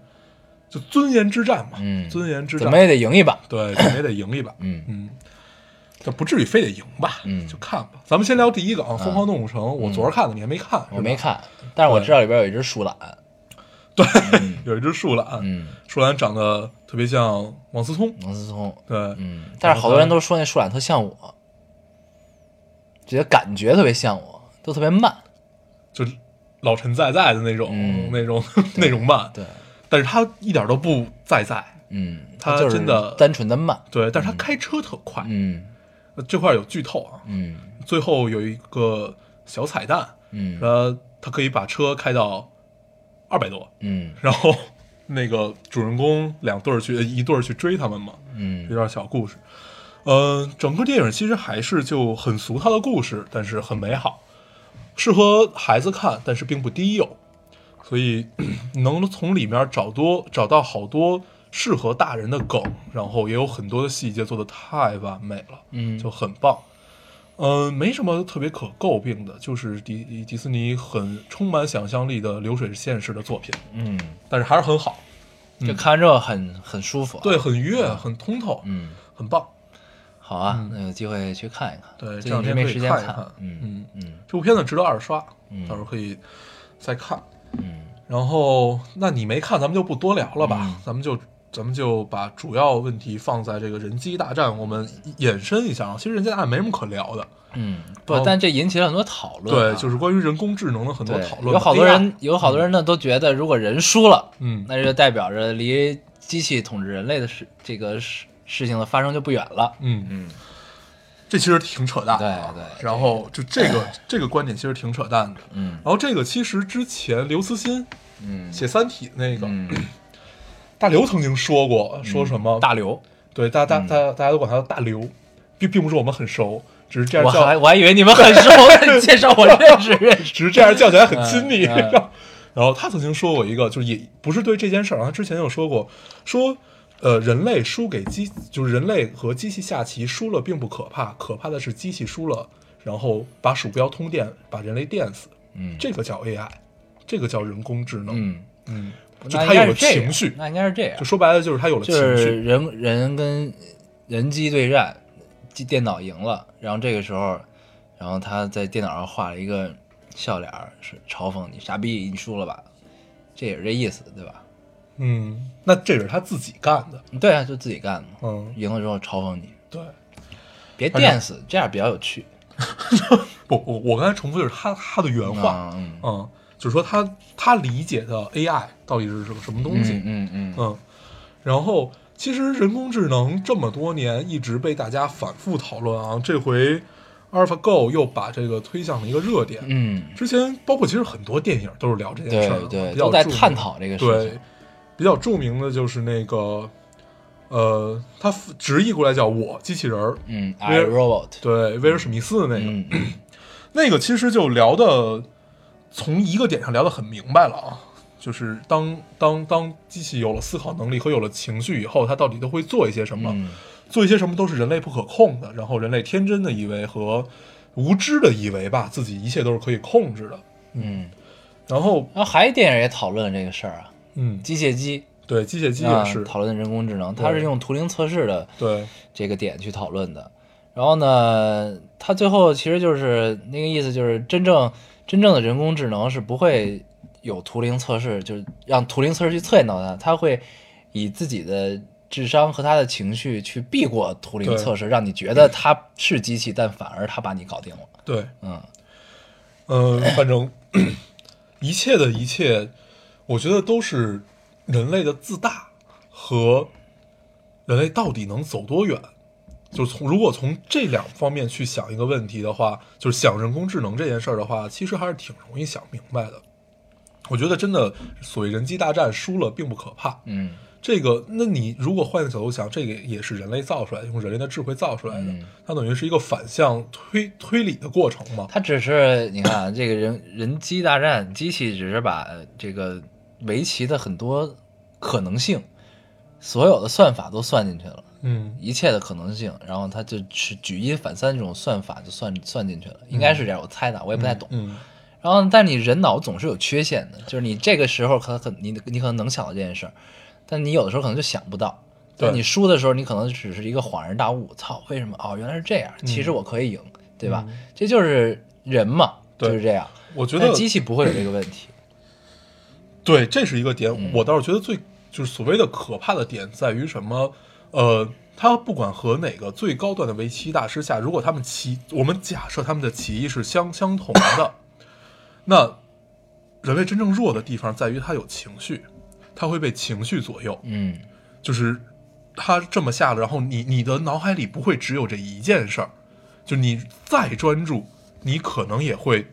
Speaker 1: 就尊严之战嘛，
Speaker 2: 嗯，
Speaker 1: 尊严之
Speaker 2: 怎
Speaker 1: 战
Speaker 2: 么，也得赢一把。
Speaker 1: 对，怎么也得赢一把，
Speaker 2: 嗯
Speaker 1: 嗯，这不至于非得赢吧，
Speaker 2: 嗯
Speaker 1: 就看吧。咱们先聊第一个啊，《疯狂动物城》，我昨儿看的，你还没看，
Speaker 2: 我没
Speaker 1: 是吧，
Speaker 2: 看，但是我知道里边有一只树懒。
Speaker 1: 有一只树懒，
Speaker 2: 嗯，
Speaker 1: 树懒长得特别像王思聪，
Speaker 2: 王思聪。
Speaker 1: 对，
Speaker 2: 嗯，但是好多人都说那树懒特像我，觉得感觉特别像我，都特别慢。
Speaker 1: 就是老陈在在的那种
Speaker 2: 嗯
Speaker 1: 那种 那种慢，
Speaker 2: 对，
Speaker 1: 但是他一点都不在在。
Speaker 2: 嗯，
Speaker 1: 他
Speaker 2: 就是
Speaker 1: 真的
Speaker 2: 单纯的慢。
Speaker 1: 对，但是他开车特快，
Speaker 2: 嗯
Speaker 1: 呃这块儿有剧透啊。
Speaker 2: 嗯
Speaker 1: 最后有一个小彩蛋，
Speaker 2: 嗯
Speaker 1: 呃，他可以把车开到二百多，
Speaker 2: 嗯
Speaker 1: 然后那个主人公两对儿去呃一对儿去追他们嘛，有
Speaker 2: 嗯
Speaker 1: 段小故事。嗯，整个电影其实还是就很俗套的故事，但是很美好，适合孩子看，但是并不低幼，所以 能从里面找多找到好多适合大人的梗，然后也有很多的细节做的太完美了，
Speaker 2: 嗯
Speaker 1: 就很棒。嗯，没什么特别可诟病的，就是迪迪迪斯尼很充满想象力的流水线式的作品，
Speaker 2: 嗯，
Speaker 1: 但是还是很好，
Speaker 2: 就看完之后很很舒服。啊
Speaker 1: 对，，很愉悦，很通透，
Speaker 2: 嗯，
Speaker 1: 很棒。
Speaker 2: 好啊，那有机会去看一看。
Speaker 1: 对，这
Speaker 2: 最
Speaker 1: 两
Speaker 2: 近
Speaker 1: 天
Speaker 2: 是没
Speaker 1: 可以
Speaker 2: 时间
Speaker 1: 看一看
Speaker 2: 嗯
Speaker 1: 嗯，
Speaker 2: 嗯
Speaker 1: 这部片子值得二刷，
Speaker 2: 嗯
Speaker 1: 到时候可以再看。
Speaker 2: 嗯
Speaker 1: 然后，那你没看，咱们就不多聊了吧，
Speaker 2: 嗯
Speaker 1: 咱们就咱们就把主要问题放在这个人机大战，我们引申一下啊。其实人机大战没什么可聊的，
Speaker 2: 嗯，不
Speaker 1: 哦，
Speaker 2: 但这引起了很多讨论啊、
Speaker 1: 对，就是关于人工智能的很多
Speaker 2: 对
Speaker 1: 讨论。
Speaker 2: 有好多
Speaker 1: AI
Speaker 2: 人，有好多人呢都觉得，如果人输了，
Speaker 1: 嗯，
Speaker 2: 那就代表着离机器统治人类的事这个事事情的发生就不远了。
Speaker 1: 嗯
Speaker 2: 嗯，
Speaker 1: 这其实挺扯淡的。啊
Speaker 2: 对对哎
Speaker 1: 然后就这个这个观点其实挺扯淡的。
Speaker 2: 嗯
Speaker 1: 然后这个其实之前刘慈欣
Speaker 2: 嗯
Speaker 1: 写《三体》的那个、
Speaker 2: 嗯，
Speaker 1: 大刘曾经说过，说什么、
Speaker 2: 大刘，
Speaker 1: 对大
Speaker 2: 嗯
Speaker 1: 大大大家都管他叫大刘，并并不是我们很熟，只是这样
Speaker 2: 我还
Speaker 1: 叫，
Speaker 2: 我还以为你们很熟， 你介绍我认识认识。
Speaker 1: 只是这样叫起来很亲密。
Speaker 2: 嗯嗯
Speaker 1: 然后他曾经说过一个，就是也不是对这件事儿啊，他之前有说过，说呃人类输给机，就是人类和机器下棋输了并不可怕，可怕的是机器输了，然后把鼠标通电，把人类电死，
Speaker 2: 嗯
Speaker 1: 这个叫 AI，这个叫人工智能。
Speaker 2: 嗯，
Speaker 1: 嗯就
Speaker 2: 那
Speaker 1: 他
Speaker 2: 应该
Speaker 1: 有
Speaker 2: 是
Speaker 1: 了
Speaker 2: 这样
Speaker 1: 情绪，
Speaker 2: 那应该是这样
Speaker 1: 就，说白了就是他有了
Speaker 2: 就
Speaker 1: 情绪，
Speaker 2: 是人人跟人机对战，机电脑赢了，然后这个时候，然后他在电脑上画了一个笑脸儿，是嘲讽你傻逼，你输了吧，这也是这意思，对吧？
Speaker 1: 嗯，那这是他自己干的，
Speaker 2: 对啊，就自己干嘛，
Speaker 1: 嗯，
Speaker 2: 赢了之后嘲讽你，
Speaker 1: 对，
Speaker 2: 别
Speaker 1: 反正
Speaker 2: 电死，这样比较有趣。
Speaker 1: 不，我我刚才重复就是他他的原话，
Speaker 2: 啊嗯
Speaker 1: 嗯，就是说他他理解的 AI 到底是什么什么东西，
Speaker 2: 嗯嗯嗯
Speaker 1: 嗯，然后其实人工智能这么多年一直被大家反复讨论啊，这回 AlphaGo 又把这个推向了一个热点。
Speaker 2: 嗯，
Speaker 1: 之前包括其实很多电影都是聊这件事儿的，
Speaker 2: 对对，
Speaker 1: 比较
Speaker 2: 都在
Speaker 1: 著名
Speaker 2: 探讨这个事
Speaker 1: 对
Speaker 2: 情。，
Speaker 1: 比较著名的就是那个，呃，它直译过来叫“我机器人儿
Speaker 2: 嗯
Speaker 1: 因
Speaker 2: ，I
Speaker 1: 为
Speaker 2: Robot，”，
Speaker 1: 对，威尔史密斯的那个，
Speaker 2: 嗯嗯
Speaker 1: 那个其实就聊的从一个点上聊得很明白了啊，就是当当当机器有了思考能力和有了情绪以后，它到底都会做一些什么？
Speaker 2: 嗯
Speaker 1: 做一些什么都是人类不可控的，然后人类天真的以为和无知的以为吧，自己一切都是可以控制的。
Speaker 2: 嗯，
Speaker 1: 然后，
Speaker 2: 然后还有电影也讨论了这个事儿啊，
Speaker 1: 嗯，
Speaker 2: 机械机。
Speaker 1: 对，机械机
Speaker 2: 啊
Speaker 1: 也是，
Speaker 2: 讨论人工智能，它是用图灵测试的
Speaker 1: 对，
Speaker 2: 这个点去讨论的。然后呢，它最后其实就是那个意思，就是真正真正的人工智能是不会有图灵测试，就是让图灵测试去测验到它，它会以自己的智商和它的情绪去避过图灵
Speaker 1: 对
Speaker 2: 测试，让你觉得它是机器，但反而它把你搞定了。
Speaker 1: 对，
Speaker 2: 嗯
Speaker 1: 嗯，反正一切的一切，我觉得都是人类的自大和人类到底能走多远。就是从如果从这两方面去想一个问题的话，就是想人工智能这件事儿的话，其实还是挺容易想明白的。我觉得真的所谓人机大战输了并不可怕，
Speaker 2: 嗯
Speaker 1: 这个，那你如果换个角度想，这个也是人类造出来的，用人类的智慧造出来的，
Speaker 2: 嗯
Speaker 1: 它等于是一个反向推推理的过程嘛。
Speaker 2: 它只是你看啊这个人人机大战，机器只是把呃这个围棋的很多可能性，所有的算法都算进去了，
Speaker 1: 嗯，
Speaker 2: 一切的可能性，然后它就是举一反三这种算法就算算进去了，应该是这样，我猜的，我也不太懂。
Speaker 1: 嗯，
Speaker 2: 然后，但你人脑总是有缺陷的，就是你这个时候可能很你你可能能想到这件事儿，但你有的时候可能就想不到。
Speaker 1: 对
Speaker 2: 但你输的时候，你可能只是一个恍然大悟，操，为什么？哦，原来是这
Speaker 1: 嗯
Speaker 2: 样，其实我可以赢，对吧？这就是人嘛，
Speaker 1: 对
Speaker 2: 就是这样。
Speaker 1: 我觉
Speaker 2: 但
Speaker 1: 得
Speaker 2: 机器不会有这个问 题。
Speaker 1: 对，这是一个点。我倒是觉得最就是所谓的可怕的点在于什么？呃，他不管和哪个最高端的围棋大师下，如果他们棋，我们假设他们的棋艺是相相同的，那人类真正弱的地方在于他有情绪，他会被情绪左右。
Speaker 2: 嗯
Speaker 1: 就是他这么下了，然后你你的脑海里不会只有这一件事儿，就你再专注，你可能也会，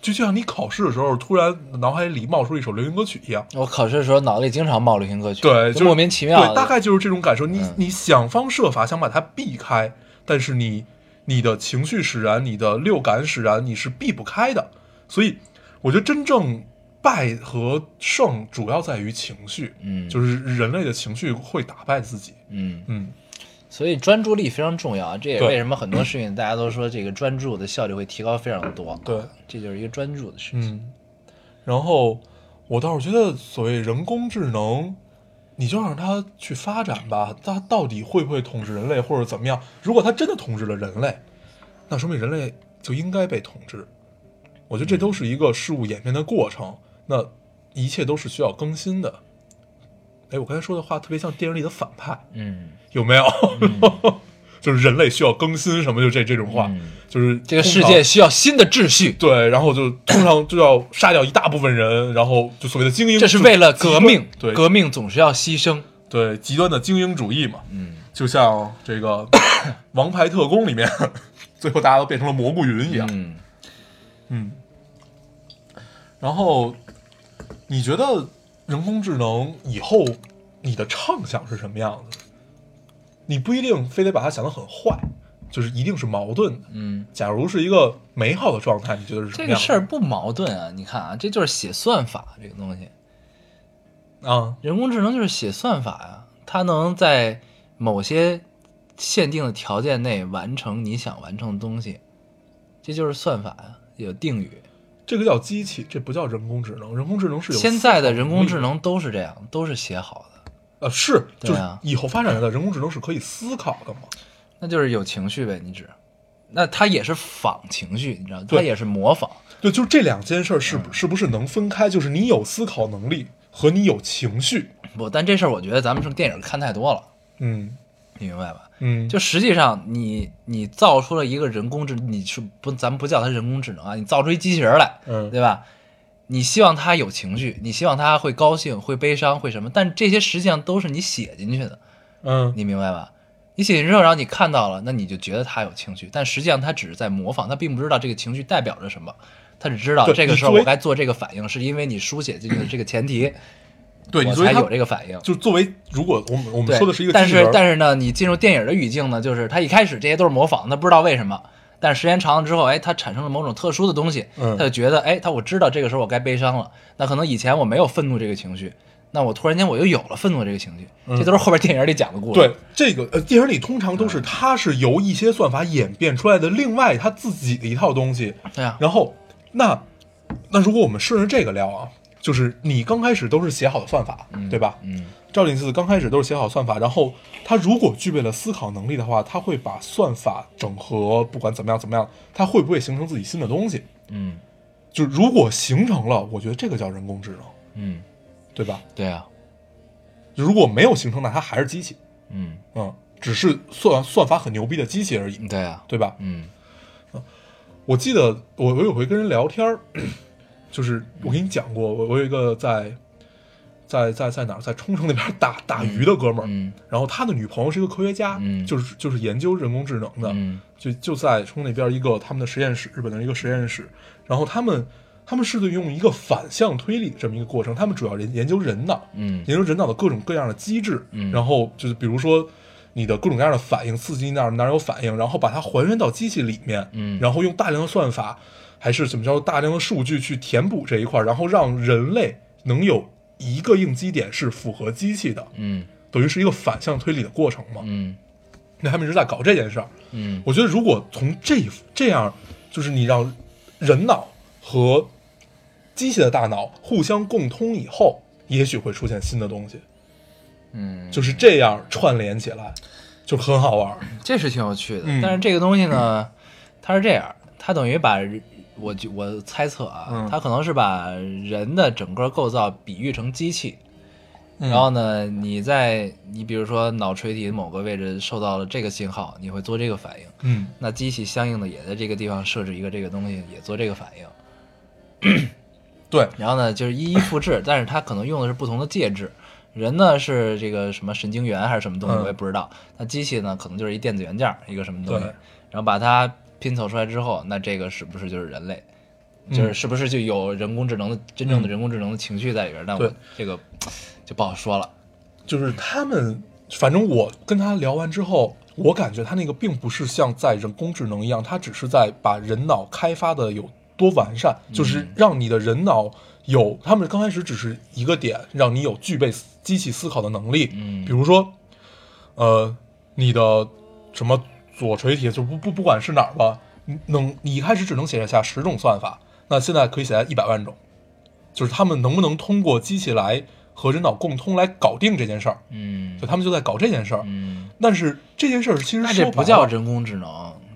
Speaker 1: 就像你考试的时候突然脑海里冒出一首流行歌曲一样。
Speaker 2: 我考试的时候脑子里经常冒流行歌曲，
Speaker 1: 对，
Speaker 2: 就
Speaker 1: 就是
Speaker 2: 莫名其妙的。
Speaker 1: 对，大概就是这种感受。你、
Speaker 2: 嗯
Speaker 1: 你想方设法想把它避开，但是你你的情绪使然，你的六感使然，你是避不开的。所以，我觉得真正败和胜主要在于情绪，
Speaker 2: 嗯
Speaker 1: 就是人类的情绪会打败自己。
Speaker 2: 嗯，
Speaker 1: 嗯，
Speaker 2: 所以专注力非常重要啊，这也是
Speaker 1: 对
Speaker 2: 为什么很多事情大家都说这个专注的效率会提高非常多。
Speaker 1: 对。
Speaker 2: 这就是一个专注的事情。
Speaker 1: 嗯，然后我倒是觉得，所谓人工智能，你就让它去发展吧，它到底会不会统治人类或者怎么样？如果它真的统治了人类，那说明人类就应该被统治。我觉得这都是一个事物演变的过程。那一切都是需要更新的。哎，我刚才说的话特别像电影里的反派，
Speaker 2: 嗯，
Speaker 1: 有没有？ 就是人类需要更新什么，就这这种话，
Speaker 2: 嗯
Speaker 1: 就是
Speaker 2: 这个
Speaker 1: 通
Speaker 2: 世
Speaker 1: 常
Speaker 2: 界需要新的秩序，
Speaker 1: 对，然后就通常就要杀掉一大部分人，然后就所谓的精英，
Speaker 2: 这是为了
Speaker 1: 极
Speaker 2: 革
Speaker 1: 端
Speaker 2: 命，
Speaker 1: 对
Speaker 2: 革命总是要牺牲。
Speaker 1: 对极端的精英主义嘛，
Speaker 2: 嗯，
Speaker 1: 就像这个 《王牌特工》里面， 最后大家都变成了蘑菇云一样，
Speaker 2: 嗯，
Speaker 1: 嗯，然后你觉得人工智能以后你的畅想是什么样子？你不一定非得把它想得很坏，就是一定是矛盾的。
Speaker 2: 嗯，
Speaker 1: 假如是一个美好的状态，你觉得是什
Speaker 2: 这
Speaker 1: 么样
Speaker 2: 个
Speaker 1: 的？
Speaker 2: 事儿不矛盾啊！你看啊，这就是写算法这个东西，
Speaker 1: 啊，
Speaker 2: 人工智能就是写算法呀、它能在某些限定的条件内完成你想完成的东西，这就是算法呀、有定语。
Speaker 1: 这个叫机器，这不叫人工智能。人工智能是有
Speaker 2: 现
Speaker 1: 思
Speaker 2: 在的
Speaker 1: 考
Speaker 2: 人
Speaker 1: 能
Speaker 2: 工
Speaker 1: 力
Speaker 2: 智能都是这样，都是写好的，
Speaker 1: 呃是，就
Speaker 2: 对
Speaker 1: 是
Speaker 2: 啊
Speaker 1: 以后发展的人工智能是可以思考的嘛？
Speaker 2: 那就是有情绪呗，你指。那它也是仿情绪，你知道，
Speaker 1: 对
Speaker 2: 它也是模仿。
Speaker 1: 对，就是这两件事儿是不
Speaker 2: 嗯
Speaker 1: 是不是能分开？就是你有思考能力和你有情绪，
Speaker 2: 不，但这事儿我觉得咱们从电影看太多了，
Speaker 1: 嗯
Speaker 2: 你明白吧？
Speaker 1: 嗯，
Speaker 2: 就实际上你，你造出了一个人工智，你是不，咱们不叫它人工智能啊，你造出一机器人儿来，
Speaker 1: 嗯
Speaker 2: 对吧？你希望它有情绪，你希望它会高兴、会悲伤、会什么，但这些实际上都是你写进去的，
Speaker 1: 嗯
Speaker 2: 你明白吧？你写进去之后，然后你看到了，那你就觉得它有情绪，但实际上它只是在模仿，它并不知道这个情绪代表着什么，它只知道
Speaker 1: 对
Speaker 2: 这个
Speaker 1: 你
Speaker 2: 时候
Speaker 1: 作为
Speaker 2: 我该做这个反应，是因为你书写进去的这个前提，
Speaker 1: 对，你
Speaker 2: 我
Speaker 1: 作为
Speaker 2: 才
Speaker 1: 它
Speaker 2: 有这个反应。
Speaker 1: 就作为如果我们我们
Speaker 2: 对，
Speaker 1: 说的是一个
Speaker 2: 但
Speaker 1: 机器
Speaker 2: 是
Speaker 1: 人儿，
Speaker 2: 但是呢，你进入电影的语境呢，就是他一开始这些都是模仿，他不知道为什么，但是时间长了之后，哎，他产生了某种特殊的东西，
Speaker 1: 嗯
Speaker 2: 他就觉得，哎，他我知道这个时候我该悲伤了，那可能以前我没有愤怒这个情绪，那我突然间我又有了愤怒这个情绪，这都是后边电影里讲的故事。
Speaker 1: 嗯对这个呃电影里通常都是
Speaker 2: 嗯
Speaker 1: 它是由一些算法演变出来的另外它自己的一套东西，
Speaker 2: 对啊，
Speaker 1: 然后，那那如果我们顺着这个聊啊，就是你刚开始都是写好的算法，对吧？
Speaker 2: 嗯，
Speaker 1: 赵林寺刚开始都是写好算法，然后他如果具备了思考能力的话，他会把算法整合，不管怎么样怎么样，他会不会形成自己新的东西？
Speaker 2: 嗯
Speaker 1: 就如果形成了，我觉得这个叫人工智能，
Speaker 2: 嗯，
Speaker 1: 对吧？
Speaker 2: 对啊，
Speaker 1: 如果没有形成，那它还是机器，
Speaker 2: 嗯
Speaker 1: 嗯，只是算算法很牛逼的机器而已，
Speaker 2: 对啊，
Speaker 1: 对吧？
Speaker 2: 嗯
Speaker 1: 我记得我我有回跟人聊天儿， 就是我跟你讲过，我我有一个在在在在哪儿，在冲绳那边打打鱼的哥们儿，
Speaker 2: 嗯
Speaker 1: 然后他的女朋友是一个科学家，
Speaker 2: 嗯
Speaker 1: 就是就是研究人工智能的，
Speaker 2: 嗯
Speaker 1: 就就在冲绳那边一个他们的实验室，日本的一个实验室，然后他们他们是对用一个反向推理这么一个过程，他们主要研研究人脑，
Speaker 2: 嗯
Speaker 1: 研究人脑的各种各样的机制，
Speaker 2: 嗯
Speaker 1: 然后就是比如说你的各种各样的反应刺激哪儿哪儿有反应，然后把它还原到机器里面，
Speaker 2: 嗯
Speaker 1: 然后用大量的算法还是怎么着大量的数据去填补这一块儿，然后让人类能有一个应激点是符合机器的，
Speaker 2: 嗯
Speaker 1: 等于是一个反向推理的过程嘛。
Speaker 2: 嗯
Speaker 1: 那他们一直在搞这件事儿，
Speaker 2: 嗯
Speaker 1: 我觉得如果从这一这样，就是你让人脑和机械的大脑互相共通以后，也许会出现新的东西。
Speaker 2: 嗯，
Speaker 1: 就是这样串联起来，就很好玩儿。
Speaker 2: 这是挺有趣的
Speaker 1: 嗯。
Speaker 2: 但是这个东西呢，它是这样，它等于把人我觉我猜测啊，
Speaker 1: 嗯
Speaker 2: 它可能是把人的整个构造比喻成机器，
Speaker 1: 嗯
Speaker 2: 然后呢，你在你比如说脑垂体某个位置受到了这个信号，你会做这个反应，
Speaker 1: 嗯，
Speaker 2: 那机器相应的也在这个地方设置一个这个东西，也做这个反应。
Speaker 1: 对，
Speaker 2: 然后呢，就是一一复 制，但是它可能用的是不同的介质。人呢是这个什么神经元还是什么东西，
Speaker 1: 嗯
Speaker 2: 我也不知道。那机器呢，可能就是一电子元件儿，一个什么东西
Speaker 1: 对，
Speaker 2: 然后把它拼凑出来之后，那这个是不是就是人类？就是是不是就有人工智能的真正的
Speaker 1: 嗯
Speaker 2: 人工智能的情绪在里边儿？那
Speaker 1: 对
Speaker 2: 我这个就不好说了。
Speaker 1: 就是他们，反正我跟他聊完之后，我感觉他那个并不是像在人工智能一样，他只是在把人脑开发的有多完善，就是让你的人脑有，他们刚开始只是一个点，让你有具备机器思考的能力，
Speaker 2: 嗯
Speaker 1: 比如说，呃，你的什么左垂体就不不不管是哪儿吧，你能你一开始只能写下十种算法，那现在可以写下一百万种，就是他们能不能通过机器来和人脑共通来搞定这件事儿，
Speaker 2: 嗯
Speaker 1: 就他们就在搞这件事儿。
Speaker 2: 嗯，
Speaker 1: 但是这件事儿其实
Speaker 2: 那
Speaker 1: 说
Speaker 2: 这
Speaker 1: 白
Speaker 2: 不叫
Speaker 1: 了
Speaker 2: 人工智能，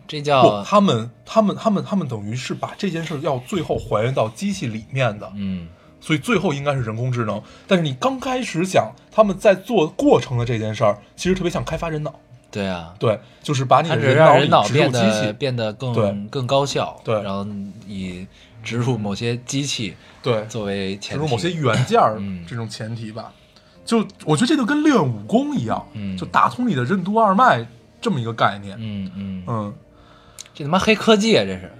Speaker 2: 这
Speaker 1: 不，
Speaker 2: 叫
Speaker 1: 他们他们他们他们等于是把这件事儿要最后还原到机器里面的，
Speaker 2: 嗯
Speaker 1: 所以最后应该是人工智能。但是你刚开始想他们在做过程的这件事儿，其实特别像开发人脑，
Speaker 2: 对啊，
Speaker 1: 对，就是把你
Speaker 2: 它
Speaker 1: 的
Speaker 2: 只是让人
Speaker 1: 脑
Speaker 2: 脑
Speaker 1: 里植入
Speaker 2: 变
Speaker 1: 机
Speaker 2: 得
Speaker 1: 器，
Speaker 2: 变得更
Speaker 1: 对
Speaker 2: 更高效，
Speaker 1: 对
Speaker 2: 然后以植入某些机器
Speaker 1: 对，
Speaker 2: 作为
Speaker 1: 植
Speaker 2: 前
Speaker 1: 入
Speaker 2: 提，
Speaker 1: 某些元件儿
Speaker 2: 嗯
Speaker 1: 这种前提吧。就我觉得这就跟练武功一样，
Speaker 2: 嗯
Speaker 1: 就打通你的任督二脉这么一个概念。
Speaker 2: 嗯嗯，
Speaker 1: 嗯，
Speaker 2: 这他妈黑科技啊，这是。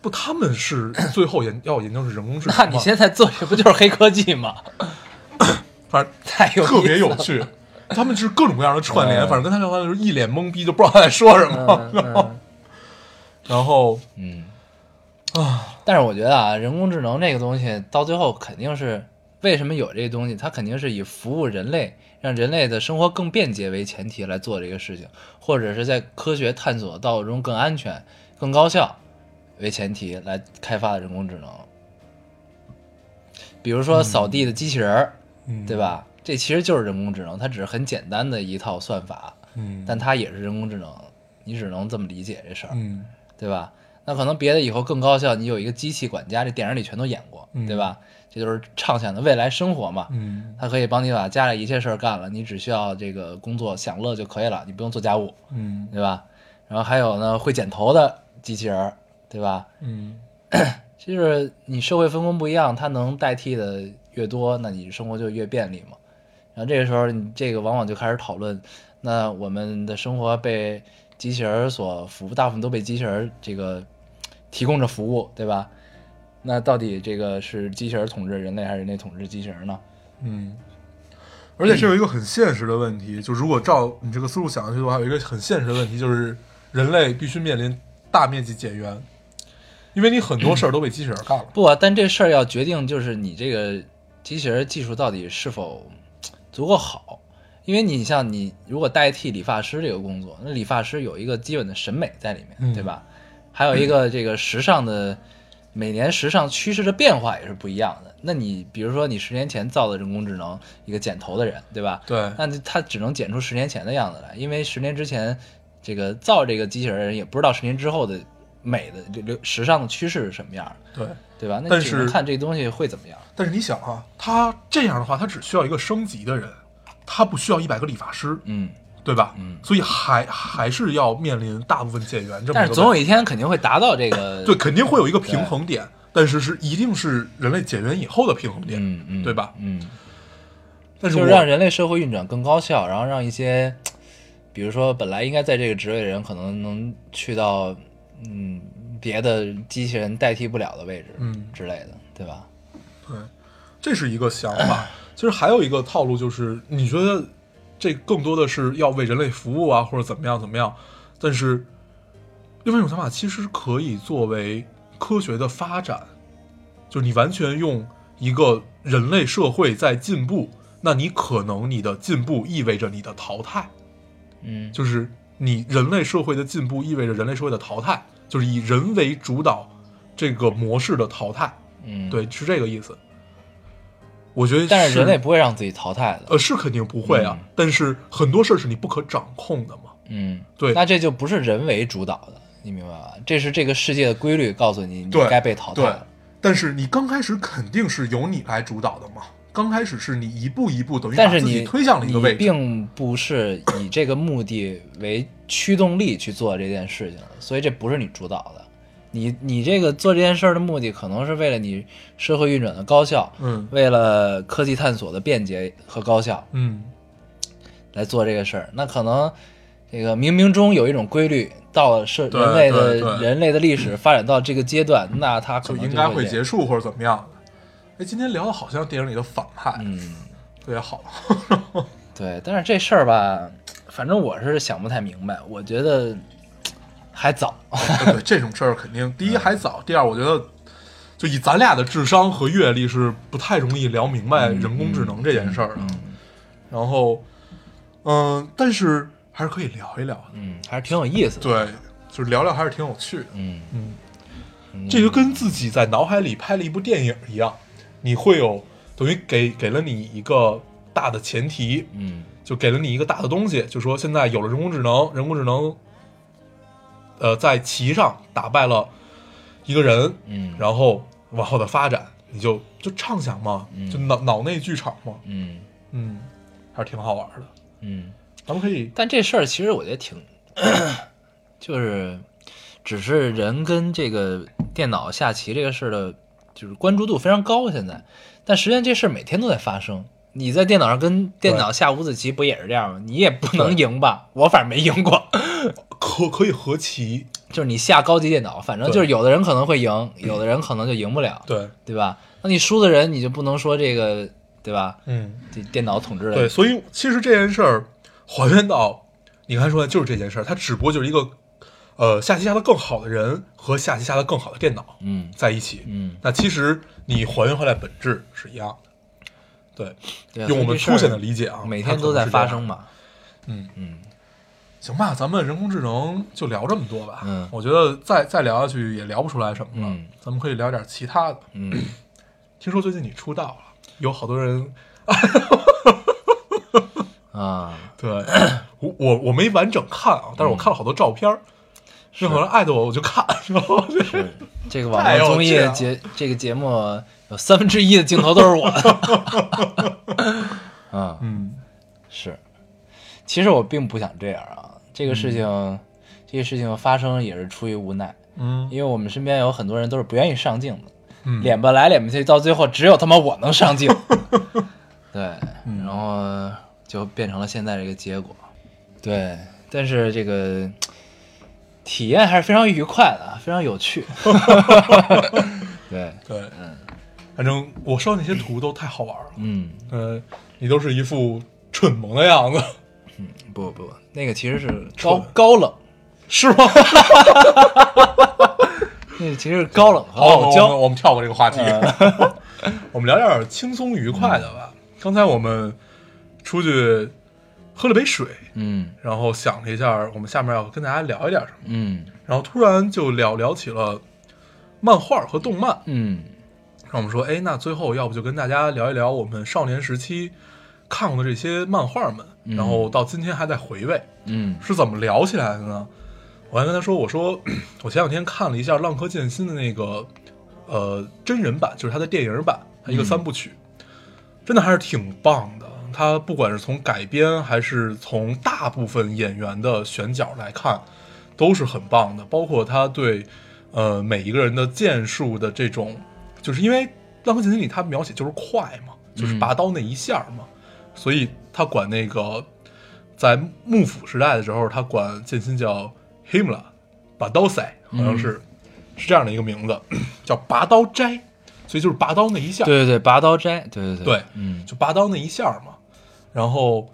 Speaker 1: 不，他 们是最后研要研究是人工智能嘛，
Speaker 2: 那你现在做这不就是黑科技 吗？
Speaker 1: 反正
Speaker 2: 太有意思
Speaker 1: 特别有
Speaker 2: 了，
Speaker 1: 趣。他们是各种各样的串联，
Speaker 2: 嗯
Speaker 1: 反正跟他聊完就是一脸懵逼，就不知道他在说什么。
Speaker 2: 嗯嗯
Speaker 1: 然后
Speaker 2: 嗯
Speaker 1: 啊，
Speaker 2: 但是我觉得啊，人工智能这个东西到最后肯定是为什么有这个东西，它肯定是以服务人类，让人类的生活更便捷为前提来做这个事情，或者是在科学探索道路中更安全、更高效为前提来开发的人工智能。比如说扫地的机器人儿，
Speaker 1: 嗯，
Speaker 2: 对？吧？这其实就是人工智能，它只是很简单的一套算法，
Speaker 1: 嗯，
Speaker 2: 但它也是人工智能，你只能这么理解这事儿。
Speaker 1: 嗯
Speaker 2: 对吧？那可能别的以后更高效，你有一个机器管家，这电影里全都演过，
Speaker 1: 嗯
Speaker 2: 对吧？这就是畅想的未来生活嘛。
Speaker 1: 嗯
Speaker 2: 它可以帮你把家里一切事儿干了，你只需要这个工作享乐就可以了，你不用做家务，
Speaker 1: 嗯
Speaker 2: 对吧？然后还有呢，会剪头的机器人儿，对吧？
Speaker 1: 嗯
Speaker 2: 这就是你社会分工不一样，它能代替的越多，那你生活就越便利嘛。然后这个时候，你这个往往就开始讨论，那我们的生活被机器人儿所服务，大部分都被机器人儿这个提供着服务，对吧？那到底这个是机器人儿统治人类，还是人类统治机器人儿呢？
Speaker 1: 嗯。而且这有一个很现实的问题，就如果照你这个思路想下去的话，有一个很现实的问题，就是人类必须面临大面积减员，因为你很多事儿都被机器人干了。
Speaker 2: 不啊，但这事儿要决定就是你这个机器人儿技术到底是否足够好，因为你像你如果代替理发师这个工作，那理发师有一个基本的审美在里面，
Speaker 1: 嗯
Speaker 2: 对吧？还有一个这个时尚的，每年时尚趋势的变化也是不一样的。那你比如说你十年前造的人工智能，一个剪头的人，对吧？
Speaker 1: 对，
Speaker 2: 那它只能剪出十年前的样子来，因为十年之前这个造这个机器人的人也不知道十年之后的美的流流时尚的趋势是什么样的。
Speaker 1: 对，
Speaker 2: 对吧？那
Speaker 1: 但
Speaker 2: 你只能
Speaker 1: 是
Speaker 2: 看这东西会怎么样。
Speaker 1: 但是你想哈、他这样的话，他只需要一个升级的人，他不需要一百个理发师，
Speaker 2: 嗯，
Speaker 1: 对吧？
Speaker 2: 嗯
Speaker 1: 所以还还是要面临大部分减员这么
Speaker 2: 但
Speaker 1: 一
Speaker 2: 是
Speaker 1: 个
Speaker 2: 总有
Speaker 1: 问题。
Speaker 2: 一天肯定会达到这个。
Speaker 1: 对，，肯定会有一个平衡点，但是是一定是人类减员以后的平衡点，
Speaker 2: 嗯嗯，
Speaker 1: 对吧？
Speaker 2: 嗯，
Speaker 1: 但是
Speaker 2: 就
Speaker 1: 我
Speaker 2: 是让人类社会运转更高效，然后让一些，比如说本来应该在这个职位的人，可能能去到嗯别的机器人代替不了的位置，
Speaker 1: 嗯
Speaker 2: 之类的，对吧？
Speaker 1: 对，这是一个想法。其实还有一个套路就是，你觉得这更多的是要为人类服务啊，或者怎么样怎么样？但是另外一种想法其实可以作为科学的发展，就是你完全用一个人类社会在进步，那你可能你的进步意味着你的淘汰。
Speaker 2: 嗯，
Speaker 1: 就是你人类社会的进步意味着人类社会的淘汰，就是以人为主导这个模式的淘汰。
Speaker 2: 嗯，。
Speaker 1: 对，是这个意思。我觉得，
Speaker 2: 但是人类不会让自己淘汰的，
Speaker 1: 呃是肯定不会啊，
Speaker 2: 嗯
Speaker 1: 但是很多事儿是你不可掌控的嘛。
Speaker 2: 嗯，
Speaker 1: 对
Speaker 2: 那这就不是人为主导的，你明白吧？这是这个世界的规律告诉你，你
Speaker 1: 对
Speaker 2: 该被淘汰
Speaker 1: 对
Speaker 2: 了。，
Speaker 1: 但是你刚开始肯定是由你来主导的嘛。刚开始是你一步一步等于
Speaker 2: 但
Speaker 1: 把
Speaker 2: 是
Speaker 1: 自
Speaker 2: 你
Speaker 1: 己推向了一个位
Speaker 2: 你
Speaker 1: 置，
Speaker 2: 并不是以这个目的为驱动力去做这件事情的，所以这不是你主导的。你你这个做这件事儿的目的，可能是为了你社会运转的高效，
Speaker 1: 嗯
Speaker 2: 为了科技探索的便捷和高效
Speaker 1: 嗯，
Speaker 2: 来做这个事儿。那可能这个冥冥中有一种规律，到了社
Speaker 1: 对
Speaker 2: 人类
Speaker 1: 对
Speaker 2: 的
Speaker 1: 对嗯
Speaker 2: 人类的历史发展到这个阶段，那它可
Speaker 1: 就
Speaker 2: 能
Speaker 1: 应该
Speaker 2: 会
Speaker 1: 会
Speaker 2: 这样
Speaker 1: 结束或者怎么样的。哎，今天聊的好像电影里的反派，
Speaker 2: 嗯。
Speaker 1: 特别好。
Speaker 2: 对，但是这事儿吧，反正我是想不太明白。我觉得还早，
Speaker 1: 对这种事儿肯定，
Speaker 2: 嗯
Speaker 1: 第一还早，第二我觉得，就以咱俩的智商和阅历是不太容易聊明
Speaker 2: 嗯
Speaker 1: 白人工智能这件事儿的。然后，嗯、但是还是可以聊一聊的。
Speaker 2: 嗯，还是挺有意思的。
Speaker 1: 对，就是聊聊还是挺有趣的。嗯
Speaker 2: 嗯
Speaker 1: 这就跟自己在脑海里拍了一部电影一样，你会有等于给给了你一个大的前提，
Speaker 2: 嗯
Speaker 1: 就给了你一个大的东西，就说现在有了人工智能，人工智能，呃，在棋上打败了一个人，
Speaker 2: 嗯，
Speaker 1: 然后往后的发展，你就就畅想嘛，就脑脑内剧场嘛，
Speaker 2: 嗯
Speaker 1: 嗯，还是挺好玩的。
Speaker 2: 嗯。
Speaker 1: 咱们可以，
Speaker 2: 但这事儿其实我觉得挺， 就是只是人跟这个电脑下棋这个事儿的，就是关注度非常高现在，但实际上这事儿每天都在发生。你在电脑上跟电脑下五子棋不也是这样吗？你也不能赢吧？我反正没赢过。
Speaker 1: 可可以合棋，
Speaker 2: 就是你下高级电脑，反正
Speaker 1: 对嗯
Speaker 2: 就是有的人可能会赢，有的人可能就赢不了，
Speaker 1: 对，
Speaker 2: 对吧？那你输的人，你就不能说这个，对吧？
Speaker 1: 嗯，
Speaker 2: 这电脑统治了
Speaker 1: 对，所以其实这件事儿还原到你刚才说的就是这件事儿，它只不过就是一个呃下棋下的更好的人和下棋下的更好的电脑
Speaker 2: 嗯
Speaker 1: 在一起，
Speaker 2: 嗯，
Speaker 1: 那其实你还原回来本质是一样的。对，
Speaker 2: 对啊
Speaker 1: 用我
Speaker 2: 所
Speaker 1: 们
Speaker 2: 以
Speaker 1: 粗
Speaker 2: 这事
Speaker 1: 浅
Speaker 2: 儿
Speaker 1: 的理解啊，
Speaker 2: 每
Speaker 1: 它
Speaker 2: 天
Speaker 1: 可
Speaker 2: 都
Speaker 1: 能
Speaker 2: 在
Speaker 1: 是这样
Speaker 2: 发生。嘛。
Speaker 1: 嗯
Speaker 2: 嗯，
Speaker 1: 行吧，咱们人工智能就聊这么多吧。
Speaker 2: 嗯
Speaker 1: 我觉得再再聊下去也聊不出来什么了。
Speaker 2: 嗯
Speaker 1: 咱们可以聊点其他的。
Speaker 2: 嗯，
Speaker 1: 听说最近你出道了，有好多人
Speaker 2: 啊，
Speaker 1: 对我我我没完整看啊，
Speaker 2: 嗯
Speaker 1: 但是我看了好多照片儿，任何人艾特我我就看，然后 就是
Speaker 2: 这个网
Speaker 1: 太有
Speaker 2: 络综艺
Speaker 1: 趣了
Speaker 2: 节这个节目有三分之一的镜头都是我的。 啊，
Speaker 1: 嗯
Speaker 2: 是，其实我并不想这样啊。这个事情，这个事情发生也是出于无奈，
Speaker 1: 嗯
Speaker 2: 因为我们身边有很多人都是不愿意上镜的。
Speaker 1: 嗯，
Speaker 2: 脸吧来脸吧去，到最后只有他妈我能上 镜。对，
Speaker 1: 嗯
Speaker 2: 然后就变成了现在这个结果。对，但是这个体验还是非常愉快的，啊非常有 趣。 对，
Speaker 1: 对，反正我收那些图都太好玩了，
Speaker 2: 嗯，
Speaker 1: 呃，你都是一副蠢萌的样子，
Speaker 2: 不不，那个其实是高
Speaker 1: 蠢
Speaker 2: 高冷，
Speaker 1: 是吗？
Speaker 2: 那个其实是高冷和
Speaker 1: 好，我
Speaker 2: 傲
Speaker 1: 们
Speaker 2: 娇。
Speaker 1: 我们跳过这个话题， 我们聊点轻松愉快的吧。刚才我们出去喝了杯水，
Speaker 2: 嗯
Speaker 1: 然后想了一下，我们下面要跟大家聊一点什么，
Speaker 2: 嗯
Speaker 1: 然后突然就聊聊起了漫画和动漫。
Speaker 2: 嗯
Speaker 1: 让我们说，哎，那最后要不就跟大家聊一聊我们少年时期看过的这些漫画们，然后到今天还在回味，
Speaker 2: 嗯
Speaker 1: 是怎么聊起来的呢？我还跟他说，我说 我前两天看了一下浪客剑心的那个呃真人版，就是他的电影版，它一个三部曲，真的还是挺棒的。它不管是从改编还是从大部分演员的选角来看，都是很棒的。包括他对呃每一个人的剑术的这种，就是因为《浪客剑心》里他描写就是快嘛，就是拔刀那一下嘛，所以他管那个在幕府时代的时候，他管剑心叫 Himla，拔刀塞，好像是、是这样的一个名字，叫拔刀斋，所以就是拔刀那一 下。
Speaker 2: 对对对，拔刀斋，对对
Speaker 1: 对
Speaker 2: 嗯
Speaker 1: 就拔刀那一下嘛。然后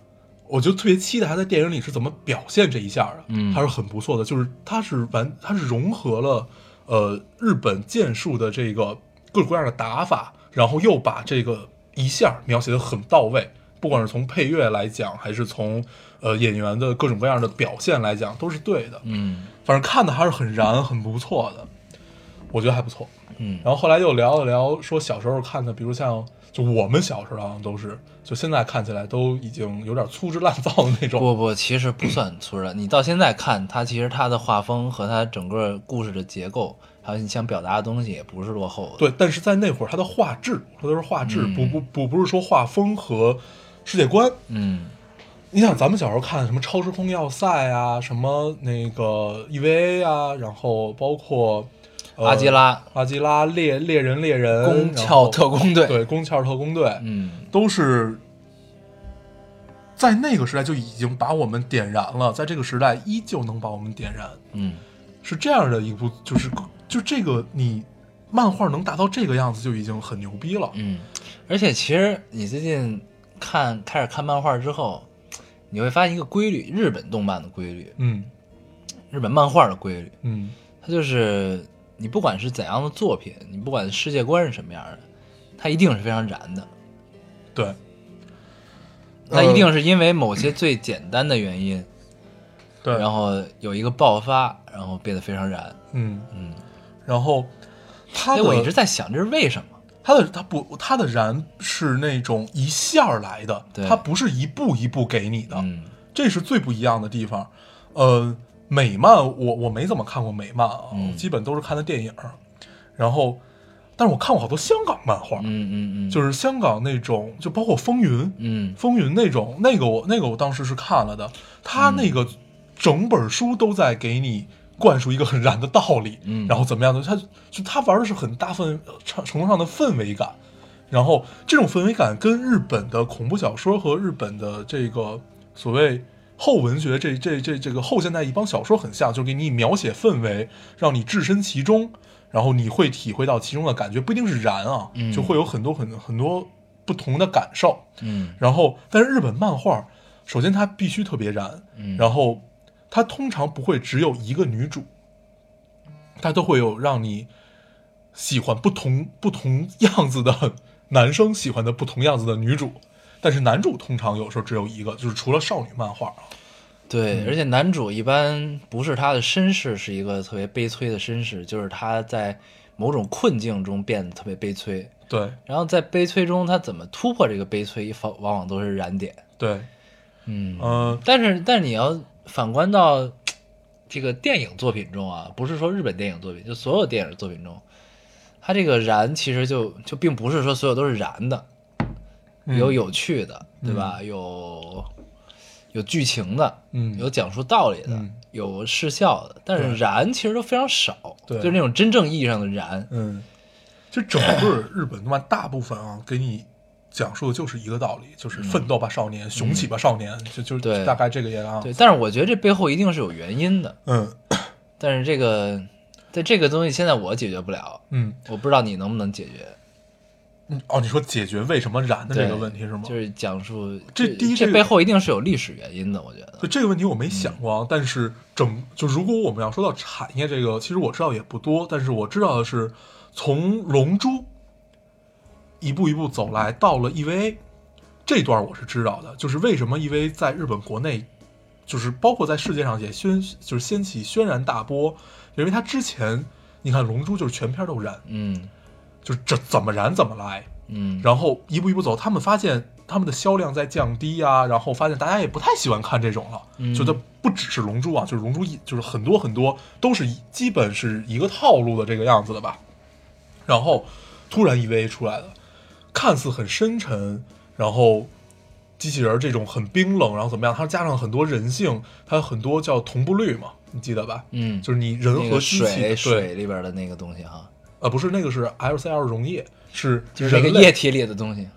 Speaker 1: 我就特别期待他在电影里是怎么表现这一下的，
Speaker 2: 嗯
Speaker 1: 他是很不错的，就是他是完，他是融合了呃日本剑术的这个各种各样的打法，然后又把这个一下描写的很到位，不管是从配乐来讲，还是从呃演员的各种各样的表现来讲，都是对的，
Speaker 2: 嗯
Speaker 1: 反正看的还是很燃，很不错的，我觉得还不错。
Speaker 2: 嗯
Speaker 1: 然后后来又聊了聊，说小时候看的，比如像就我们小时候好像都是，就现在看起来都已经有点粗制滥造的那种。
Speaker 2: 不不，其实不算粗糙。你到现在看它，其实它的画风和它整个故事的结构，还有你想表达的东西，也不是落后的。
Speaker 1: 对，但是在那会儿，他的画质，他都是画质，不不不，不是说画风和世界观。
Speaker 2: 嗯
Speaker 1: 你想，咱们小时候看什么《超时空要塞》啊，什么那个 EVA 啊，然后包括、呃
Speaker 2: 阿基拉、
Speaker 1: 阿基拉、猎猎人、猎人、
Speaker 2: 宫
Speaker 1: 然后
Speaker 2: 壳特工队
Speaker 1: 对，宫壳特工队，
Speaker 2: 嗯
Speaker 1: 都是在那个时代就已经把我们点燃了，在这个时代依旧能把我们点燃，
Speaker 2: 嗯
Speaker 1: 是这样的一部，就是就这个你漫画能达到这个样子就已经很牛逼了。
Speaker 2: 嗯。而且其实你最近看开始看漫画之后，你会发现一个规律：日本动漫的规律，
Speaker 1: 嗯
Speaker 2: 日本漫画的规律，
Speaker 1: 嗯
Speaker 2: 它就是你不管是怎样的作品，你不管世界观是什么样的，它一定是非常燃的。
Speaker 1: 对，
Speaker 2: 那一定是因为某些最简单的原因，
Speaker 1: 对，
Speaker 2: 然后有一个爆发，然后变得非常燃。
Speaker 1: 嗯
Speaker 2: 嗯，
Speaker 1: 然后他
Speaker 2: 哎，
Speaker 1: 的
Speaker 2: 我一直在想这是为什么？
Speaker 1: 他的他不他的燃是那种一下儿来的
Speaker 2: 对，
Speaker 1: 他不是一步一步给你的，
Speaker 2: 嗯
Speaker 1: 这是最不一样的地方。呃，美漫我我没怎么看过美漫啊，
Speaker 2: 嗯
Speaker 1: 基本都是看的电影儿。然后但是我看过好多香港漫画，
Speaker 2: 嗯嗯嗯，
Speaker 1: 就是香港那种，就包括《风云》，
Speaker 2: 嗯
Speaker 1: 风云那种，那个我那个我当时是看了的，他那个整本书都在给你灌输一个很燃的道理，
Speaker 2: 嗯
Speaker 1: 然后怎么样的，他就他玩的是很大份程程度上的氛围感，然后这种氛围感跟日本的恐怖小说和日本的这个所谓。后文学这这这这个后现代一帮小说很像，就给你描写氛围，让你置身其中，然后你会体会到其中的感觉，不一定是燃啊，
Speaker 2: 嗯
Speaker 1: 就会有很多很很多不同的感受。
Speaker 2: 嗯
Speaker 1: 然后，但是日本漫画，首先它必须特别燃，
Speaker 2: 嗯
Speaker 1: 然后它通常不会只有一个女主，它都会有让你喜欢不同不同样子的男生喜欢的不同样子的女主，但是男主通常有时候只有一个，就是除了少女漫画啊，
Speaker 2: 对，而且男主一般不是他的身世是一个特别悲催的身世，就是他在某种困境中变得特别悲催，
Speaker 1: 对
Speaker 2: 然后在悲催中他怎么突破这个悲催，往往往都是燃点。
Speaker 1: 对，
Speaker 2: 嗯，
Speaker 1: 嗯、
Speaker 2: 但是但是你要反观到这个电影作品中啊，不是说日本电影作品，就所有电影作品中，它这个燃其实就就并不是说所有都是燃的，
Speaker 1: 嗯
Speaker 2: 有有趣的，对吧？有有剧情的，
Speaker 1: 嗯
Speaker 2: 有讲述道理的，
Speaker 1: 嗯
Speaker 2: 有视效的，但
Speaker 1: 对
Speaker 2: 是燃其实都非常少，
Speaker 1: 对
Speaker 2: 就是那种真正意义上的燃，
Speaker 1: 嗯，就整个日本动漫大部分啊，给你讲述的就是一个道理，就是奋斗吧少年，雄起吧少年，就就
Speaker 2: 嗯对
Speaker 1: 大概这个样啊。
Speaker 2: 对。但是我觉得这背后一定是有原因的，
Speaker 1: 嗯
Speaker 2: 但是这个在这个东西现在我解决不了，
Speaker 1: 嗯
Speaker 2: 我不知道你能不能解决。
Speaker 1: 嗯，哦，你说解决为什么燃的这个问题是吗？
Speaker 2: 就是讲述
Speaker 1: 这
Speaker 2: 这
Speaker 1: 第一
Speaker 2: 这
Speaker 1: 这个
Speaker 2: 背后一定是有历史原因的，我觉得。
Speaker 1: 对这个问题我没想过啊，但是整就如果我们要说到产业这个，其实我知道也不多，但是我知道的是，从《龙珠》一步一步走来，到了 EVA 这段我是知道的，就是为什么 EVA 在日本国内，就是包括在世界上也宣就是掀起轩然大波，因为它之前你看《龙珠》就是全片都燃，
Speaker 2: 嗯
Speaker 1: 就是这怎么燃怎么来，
Speaker 2: 嗯，
Speaker 1: 然后一步一步走，他们发现他们的销量在降低啊，然后发现大家也不太喜欢看这种了，
Speaker 2: 嗯
Speaker 1: 觉得不只是《龙珠》啊，就是《龙珠》一就是很多很多都是一基本是一个套路的这个样子的吧。然后突然 EVA 出来了，看似很深沉，然后机器人儿这种很冰冷，然后怎么样？它加上很多人性，它有很多叫同步率嘛，你记得吧？
Speaker 2: 嗯
Speaker 1: 就是你人
Speaker 2: 那
Speaker 1: 和
Speaker 2: 个
Speaker 1: 机器
Speaker 2: 水
Speaker 1: 的对，
Speaker 2: 水里边的那个东西哈，
Speaker 1: 呃，不是那个是 LCL 溶液，是
Speaker 2: 就是那个
Speaker 1: 人类
Speaker 2: 液体里的东西，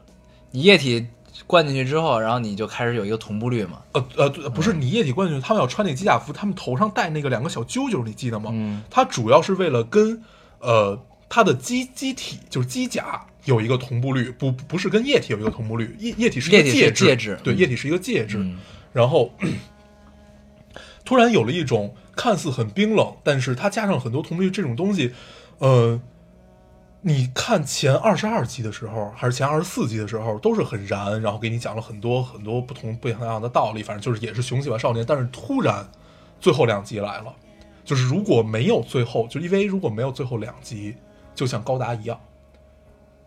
Speaker 2: 你液体灌进去之后，然后你就开始有一个同步率嘛。
Speaker 1: 呃呃，对不是你液体灌进去，他们要穿那个机甲服，他们头上戴那个两个小揪揪，你记得吗？
Speaker 2: 嗯，
Speaker 1: 它主要是为了跟呃它的机机体就是机甲有一个同步率，不不是跟液体有一个同步率，液液体是一
Speaker 2: 液
Speaker 1: 个
Speaker 2: 体是
Speaker 1: 介质，
Speaker 2: 介质
Speaker 1: 对，
Speaker 2: 嗯
Speaker 1: 液体是一个介质。
Speaker 2: 嗯
Speaker 1: 然后突然有了一种看似很冰冷，但是它加上很多同步率这种东西，呃，你看前二十二集的时候，还是前二十四集的时候，都是很燃，然后给你讲了很多很多不同不一样的道理，反正就是也是雄起吧少年。但是突然最后两集来了，就是如果没有最后，就因为如果没有最后两集，就像高达一样，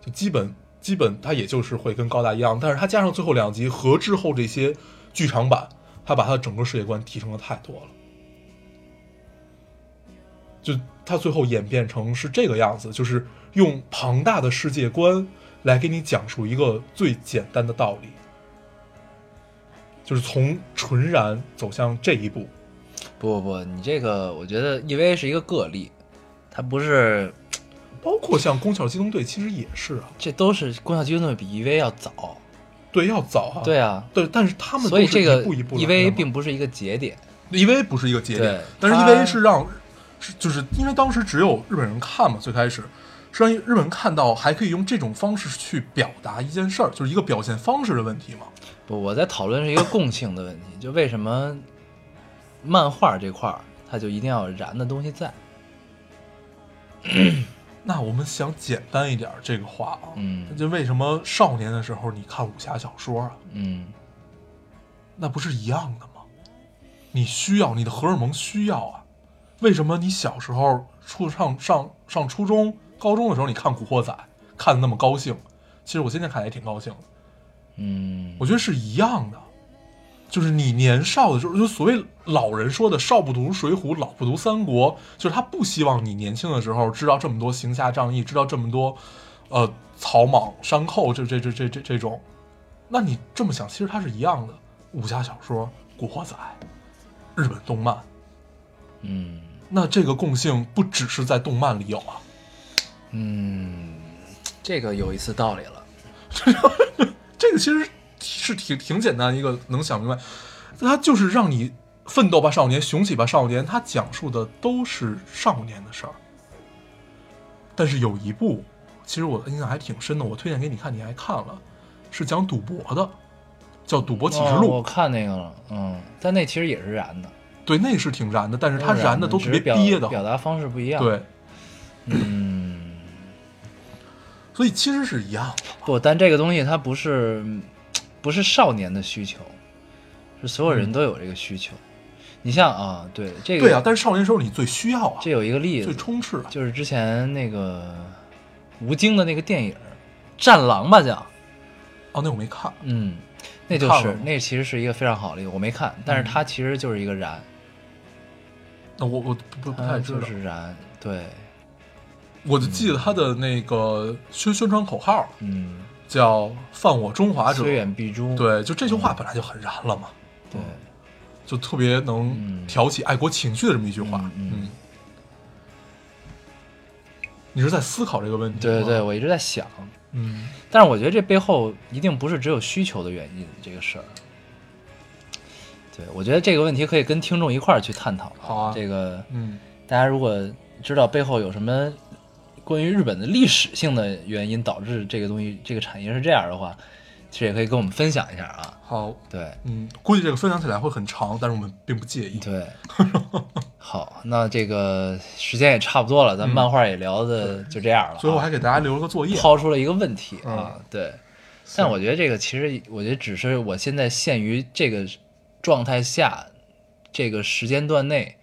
Speaker 1: 就基本基本它也就是会跟高达一样，但是它加上最后两集和之后这些剧场版，它把它的整个世界观提升的太多了。就它最后演变成是这个样子，就是用庞大的世界观来给你讲述一个最简单的道理，就是从纯然走向这一步。
Speaker 2: 不不不，你这个我觉得 EVA 是一个个例，它不是，
Speaker 1: 包括像《宫壳机动队》，其实也是啊，
Speaker 2: 这都是功效机动队比 EVA 要早。
Speaker 1: 对，要早啊，
Speaker 2: 对啊，
Speaker 1: 对，但是他们
Speaker 2: 所以
Speaker 1: 都是
Speaker 2: 这个
Speaker 1: 一步一步来的
Speaker 2: EVA
Speaker 1: 嘛
Speaker 2: 并不是一个节点。
Speaker 1: EVA ，E 不是一个节点
Speaker 2: 对，
Speaker 1: 但是
Speaker 2: 它
Speaker 1: EVA 是让，是就是因为当时只有日本人看嘛，最开始是让日本人看到还可以用这种方式去表达一件事儿，就是一个表现方式的问题嘛。
Speaker 2: 不，我在讨论是一个共性的问题，就为什么漫画这块儿它就一定要有燃的东西在。
Speaker 1: 那我们想简单一点儿这个话啊，
Speaker 2: 嗯
Speaker 1: 就为什么少年的时候你看武侠小说啊，
Speaker 2: 嗯
Speaker 1: 那不是一样的吗？你需要你的荷尔蒙需要啊，为什么你小时候初上上上初中、高中的时候你看《古惑仔》看的那么高兴？其实我现在看也挺高兴的。
Speaker 2: 嗯，
Speaker 1: 我觉得是一样的，就是你年少的时候，就所谓老人说的“少不读水浒，老不读三国”，就是他不希望你年轻的时候知道这么多行侠仗义，知道这么多，呃，草莽山寇这这这这这这种。那你这么想，其实它是一样的。武侠小说、古惑仔、日本动漫，
Speaker 2: 嗯
Speaker 1: 那这个共性不只是在动漫里有啊。
Speaker 2: 嗯，这个有一丝道理了。
Speaker 1: 这个其实是挺挺简单一个能想明白，它就是让你奋斗吧少年，雄起吧少年，它讲述的都是少年的事儿。但是有一部，其实我印象还挺深的，我推荐给你看，你还看了，是讲赌博的，叫《赌博启示
Speaker 2: 哦
Speaker 1: 录》
Speaker 2: 我看那个了，嗯，但那其实也是燃的，
Speaker 1: 对，那是挺燃的，但是它燃的都
Speaker 2: 只
Speaker 1: 特
Speaker 2: 是
Speaker 1: 别
Speaker 2: 表
Speaker 1: 憋的，
Speaker 2: 表达方式不一样。，
Speaker 1: 对，
Speaker 2: 嗯，
Speaker 1: 所以其实是一样的。
Speaker 2: 不，但这个东西它不是不是少年的需求，是所有人都有这个需求。你像啊，对这个，
Speaker 1: 嗯对啊，但是少年时候你最需要啊，
Speaker 2: 这有一个例
Speaker 1: 最
Speaker 2: 子，
Speaker 1: 充斥啊，
Speaker 2: 就是之前那个吴京的那个电影《战狼》吧，叫
Speaker 1: 哦，那我没看，
Speaker 2: 嗯，那就
Speaker 1: 看了
Speaker 2: 是
Speaker 1: 吗嗯
Speaker 2: 那其实是一个非常好的例子，我没看，但是它其实就是一个燃，
Speaker 1: 那我我不不不
Speaker 2: 它
Speaker 1: 太知道
Speaker 2: 呃就。是燃，对，
Speaker 1: 我就记得他的那个宣宣传口号
Speaker 2: 嗯，
Speaker 1: 叫“犯我中华者
Speaker 2: 虽远必诛，”，
Speaker 1: 对，嗯就这句话本来就很燃了嘛，
Speaker 2: 对，
Speaker 1: 就特别能挑起爱国情绪的这么一句话。
Speaker 2: 嗯
Speaker 1: 嗯，
Speaker 2: 嗯
Speaker 1: 你是在思考这个问题？
Speaker 2: 对对对，，我一直在想，
Speaker 1: 嗯，
Speaker 2: 但是我觉得这背后一定不是只有需求的原因这个事儿。对，我觉得这个问题可以跟听众一块儿去探讨。
Speaker 1: 好啊
Speaker 2: 这个
Speaker 1: 嗯，
Speaker 2: 大家如果知道背后有什么呃关于日本的历史性的原因导致这个东西这个产业是这样的话，其实也可以跟我们分享一下啊。
Speaker 1: 好，
Speaker 2: 对
Speaker 1: 嗯，估计这个分享起来会很长，但是我们并不介意。
Speaker 2: 对，好，那这个时间也差不多了，咱们漫画也聊的就这样了、啊。
Speaker 1: 嗯最后还给大家留了个作业，
Speaker 2: 抛出了一个问题
Speaker 1: 嗯
Speaker 2: 啊，对。但我觉得这个其实，我觉得只是我现在限于这个状态下，这个时间段内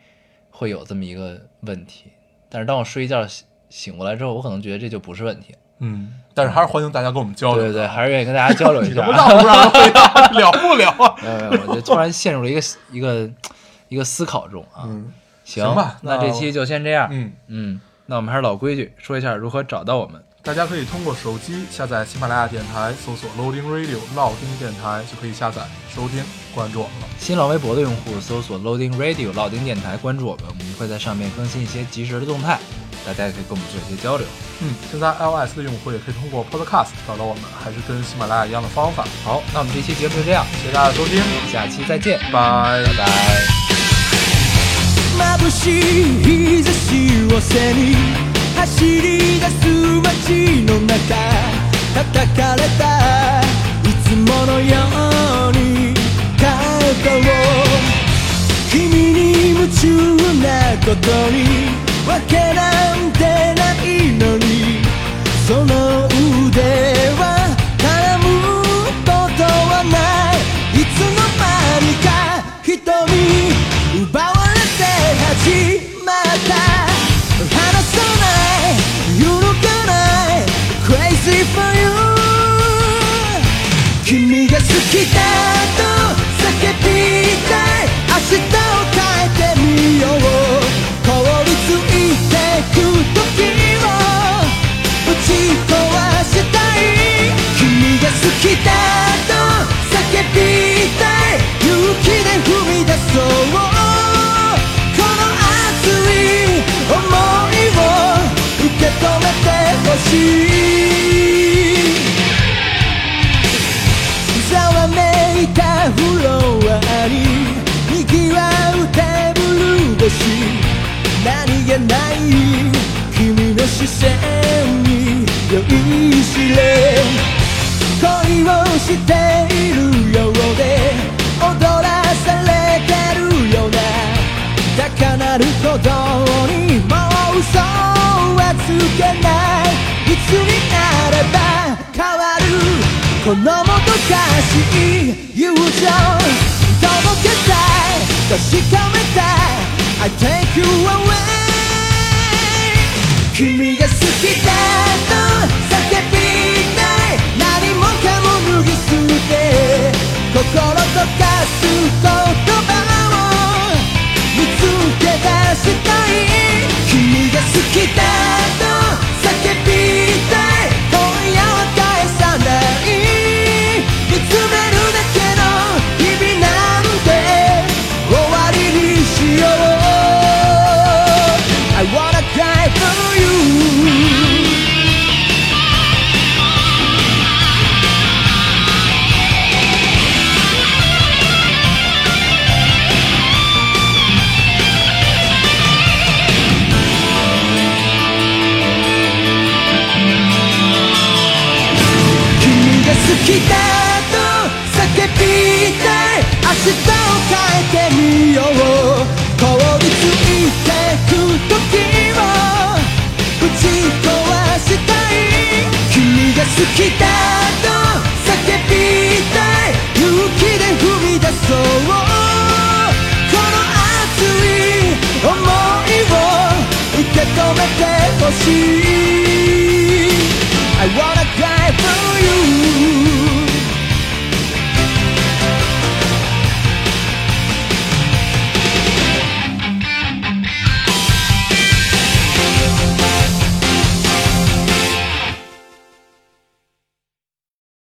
Speaker 2: 会有这么一个问题。但是当我睡一觉醒醒过来之后，我可能觉得这就不是问题。
Speaker 1: 嗯，但是还是欢迎大家跟我们交
Speaker 2: 对
Speaker 1: 流。
Speaker 2: 对对，还是愿意跟大家交流一
Speaker 1: 哦 你能
Speaker 2: 下啊。
Speaker 1: 不让不让人回答？ 聊不 聊啊？
Speaker 2: 没有没有，我就突然陷入了一个一个一个思考中啊。
Speaker 1: 嗯
Speaker 2: 行
Speaker 1: 行吧
Speaker 2: 那
Speaker 1: 那
Speaker 2: 这期就先这样。
Speaker 1: 嗯。
Speaker 2: 嗯，那我们还是老规矩，说一下如何找到我们。
Speaker 1: 大家可以通过手机下载喜马拉雅电台，搜索 Loading Radio 老丁电台就可以下载收听关注我们了。
Speaker 2: 新浪微博的用户搜索 Loading Radio 老丁电台，关注我们，我们会在上面更新一些及时的动态，大家也可以跟我们做一些交流。
Speaker 1: 嗯，现在 iOS 的用户也可以通过 Podcast 找到我们，还是跟喜马拉雅一样的方法。
Speaker 2: 好，那我们这期节目就这样，
Speaker 1: 谢谢大家收听，
Speaker 2: 下期再见，
Speaker 1: 拜
Speaker 2: 拜拜。
Speaker 3: 眩しい日差しを背に走り出す街の中叩かれたいつものように肩を君に夢中なことにわけなんてないのにその腕は絡むことはないいつの間にか瞳奪われて始まった離さない揺るがない Crazy for you 君が好きだと叫びたい明日を変えてみよう凍りついてく時を打ち壊したい君が好きだと叫びたい勇気で踏み出そうこの熱い想いを受け止めてほしいざわめいたフロアににぎわうテーブル越し何気ない君の視線に酔いしれ恋をしているようで踊らされてるような高鳴る鼓動にもう嘘はつけないいつになれば変わるこのもどかしい友情届けたい確かめたい I take you away 君が好きだと叫びたい何もかも脱ぎ捨て心と化すし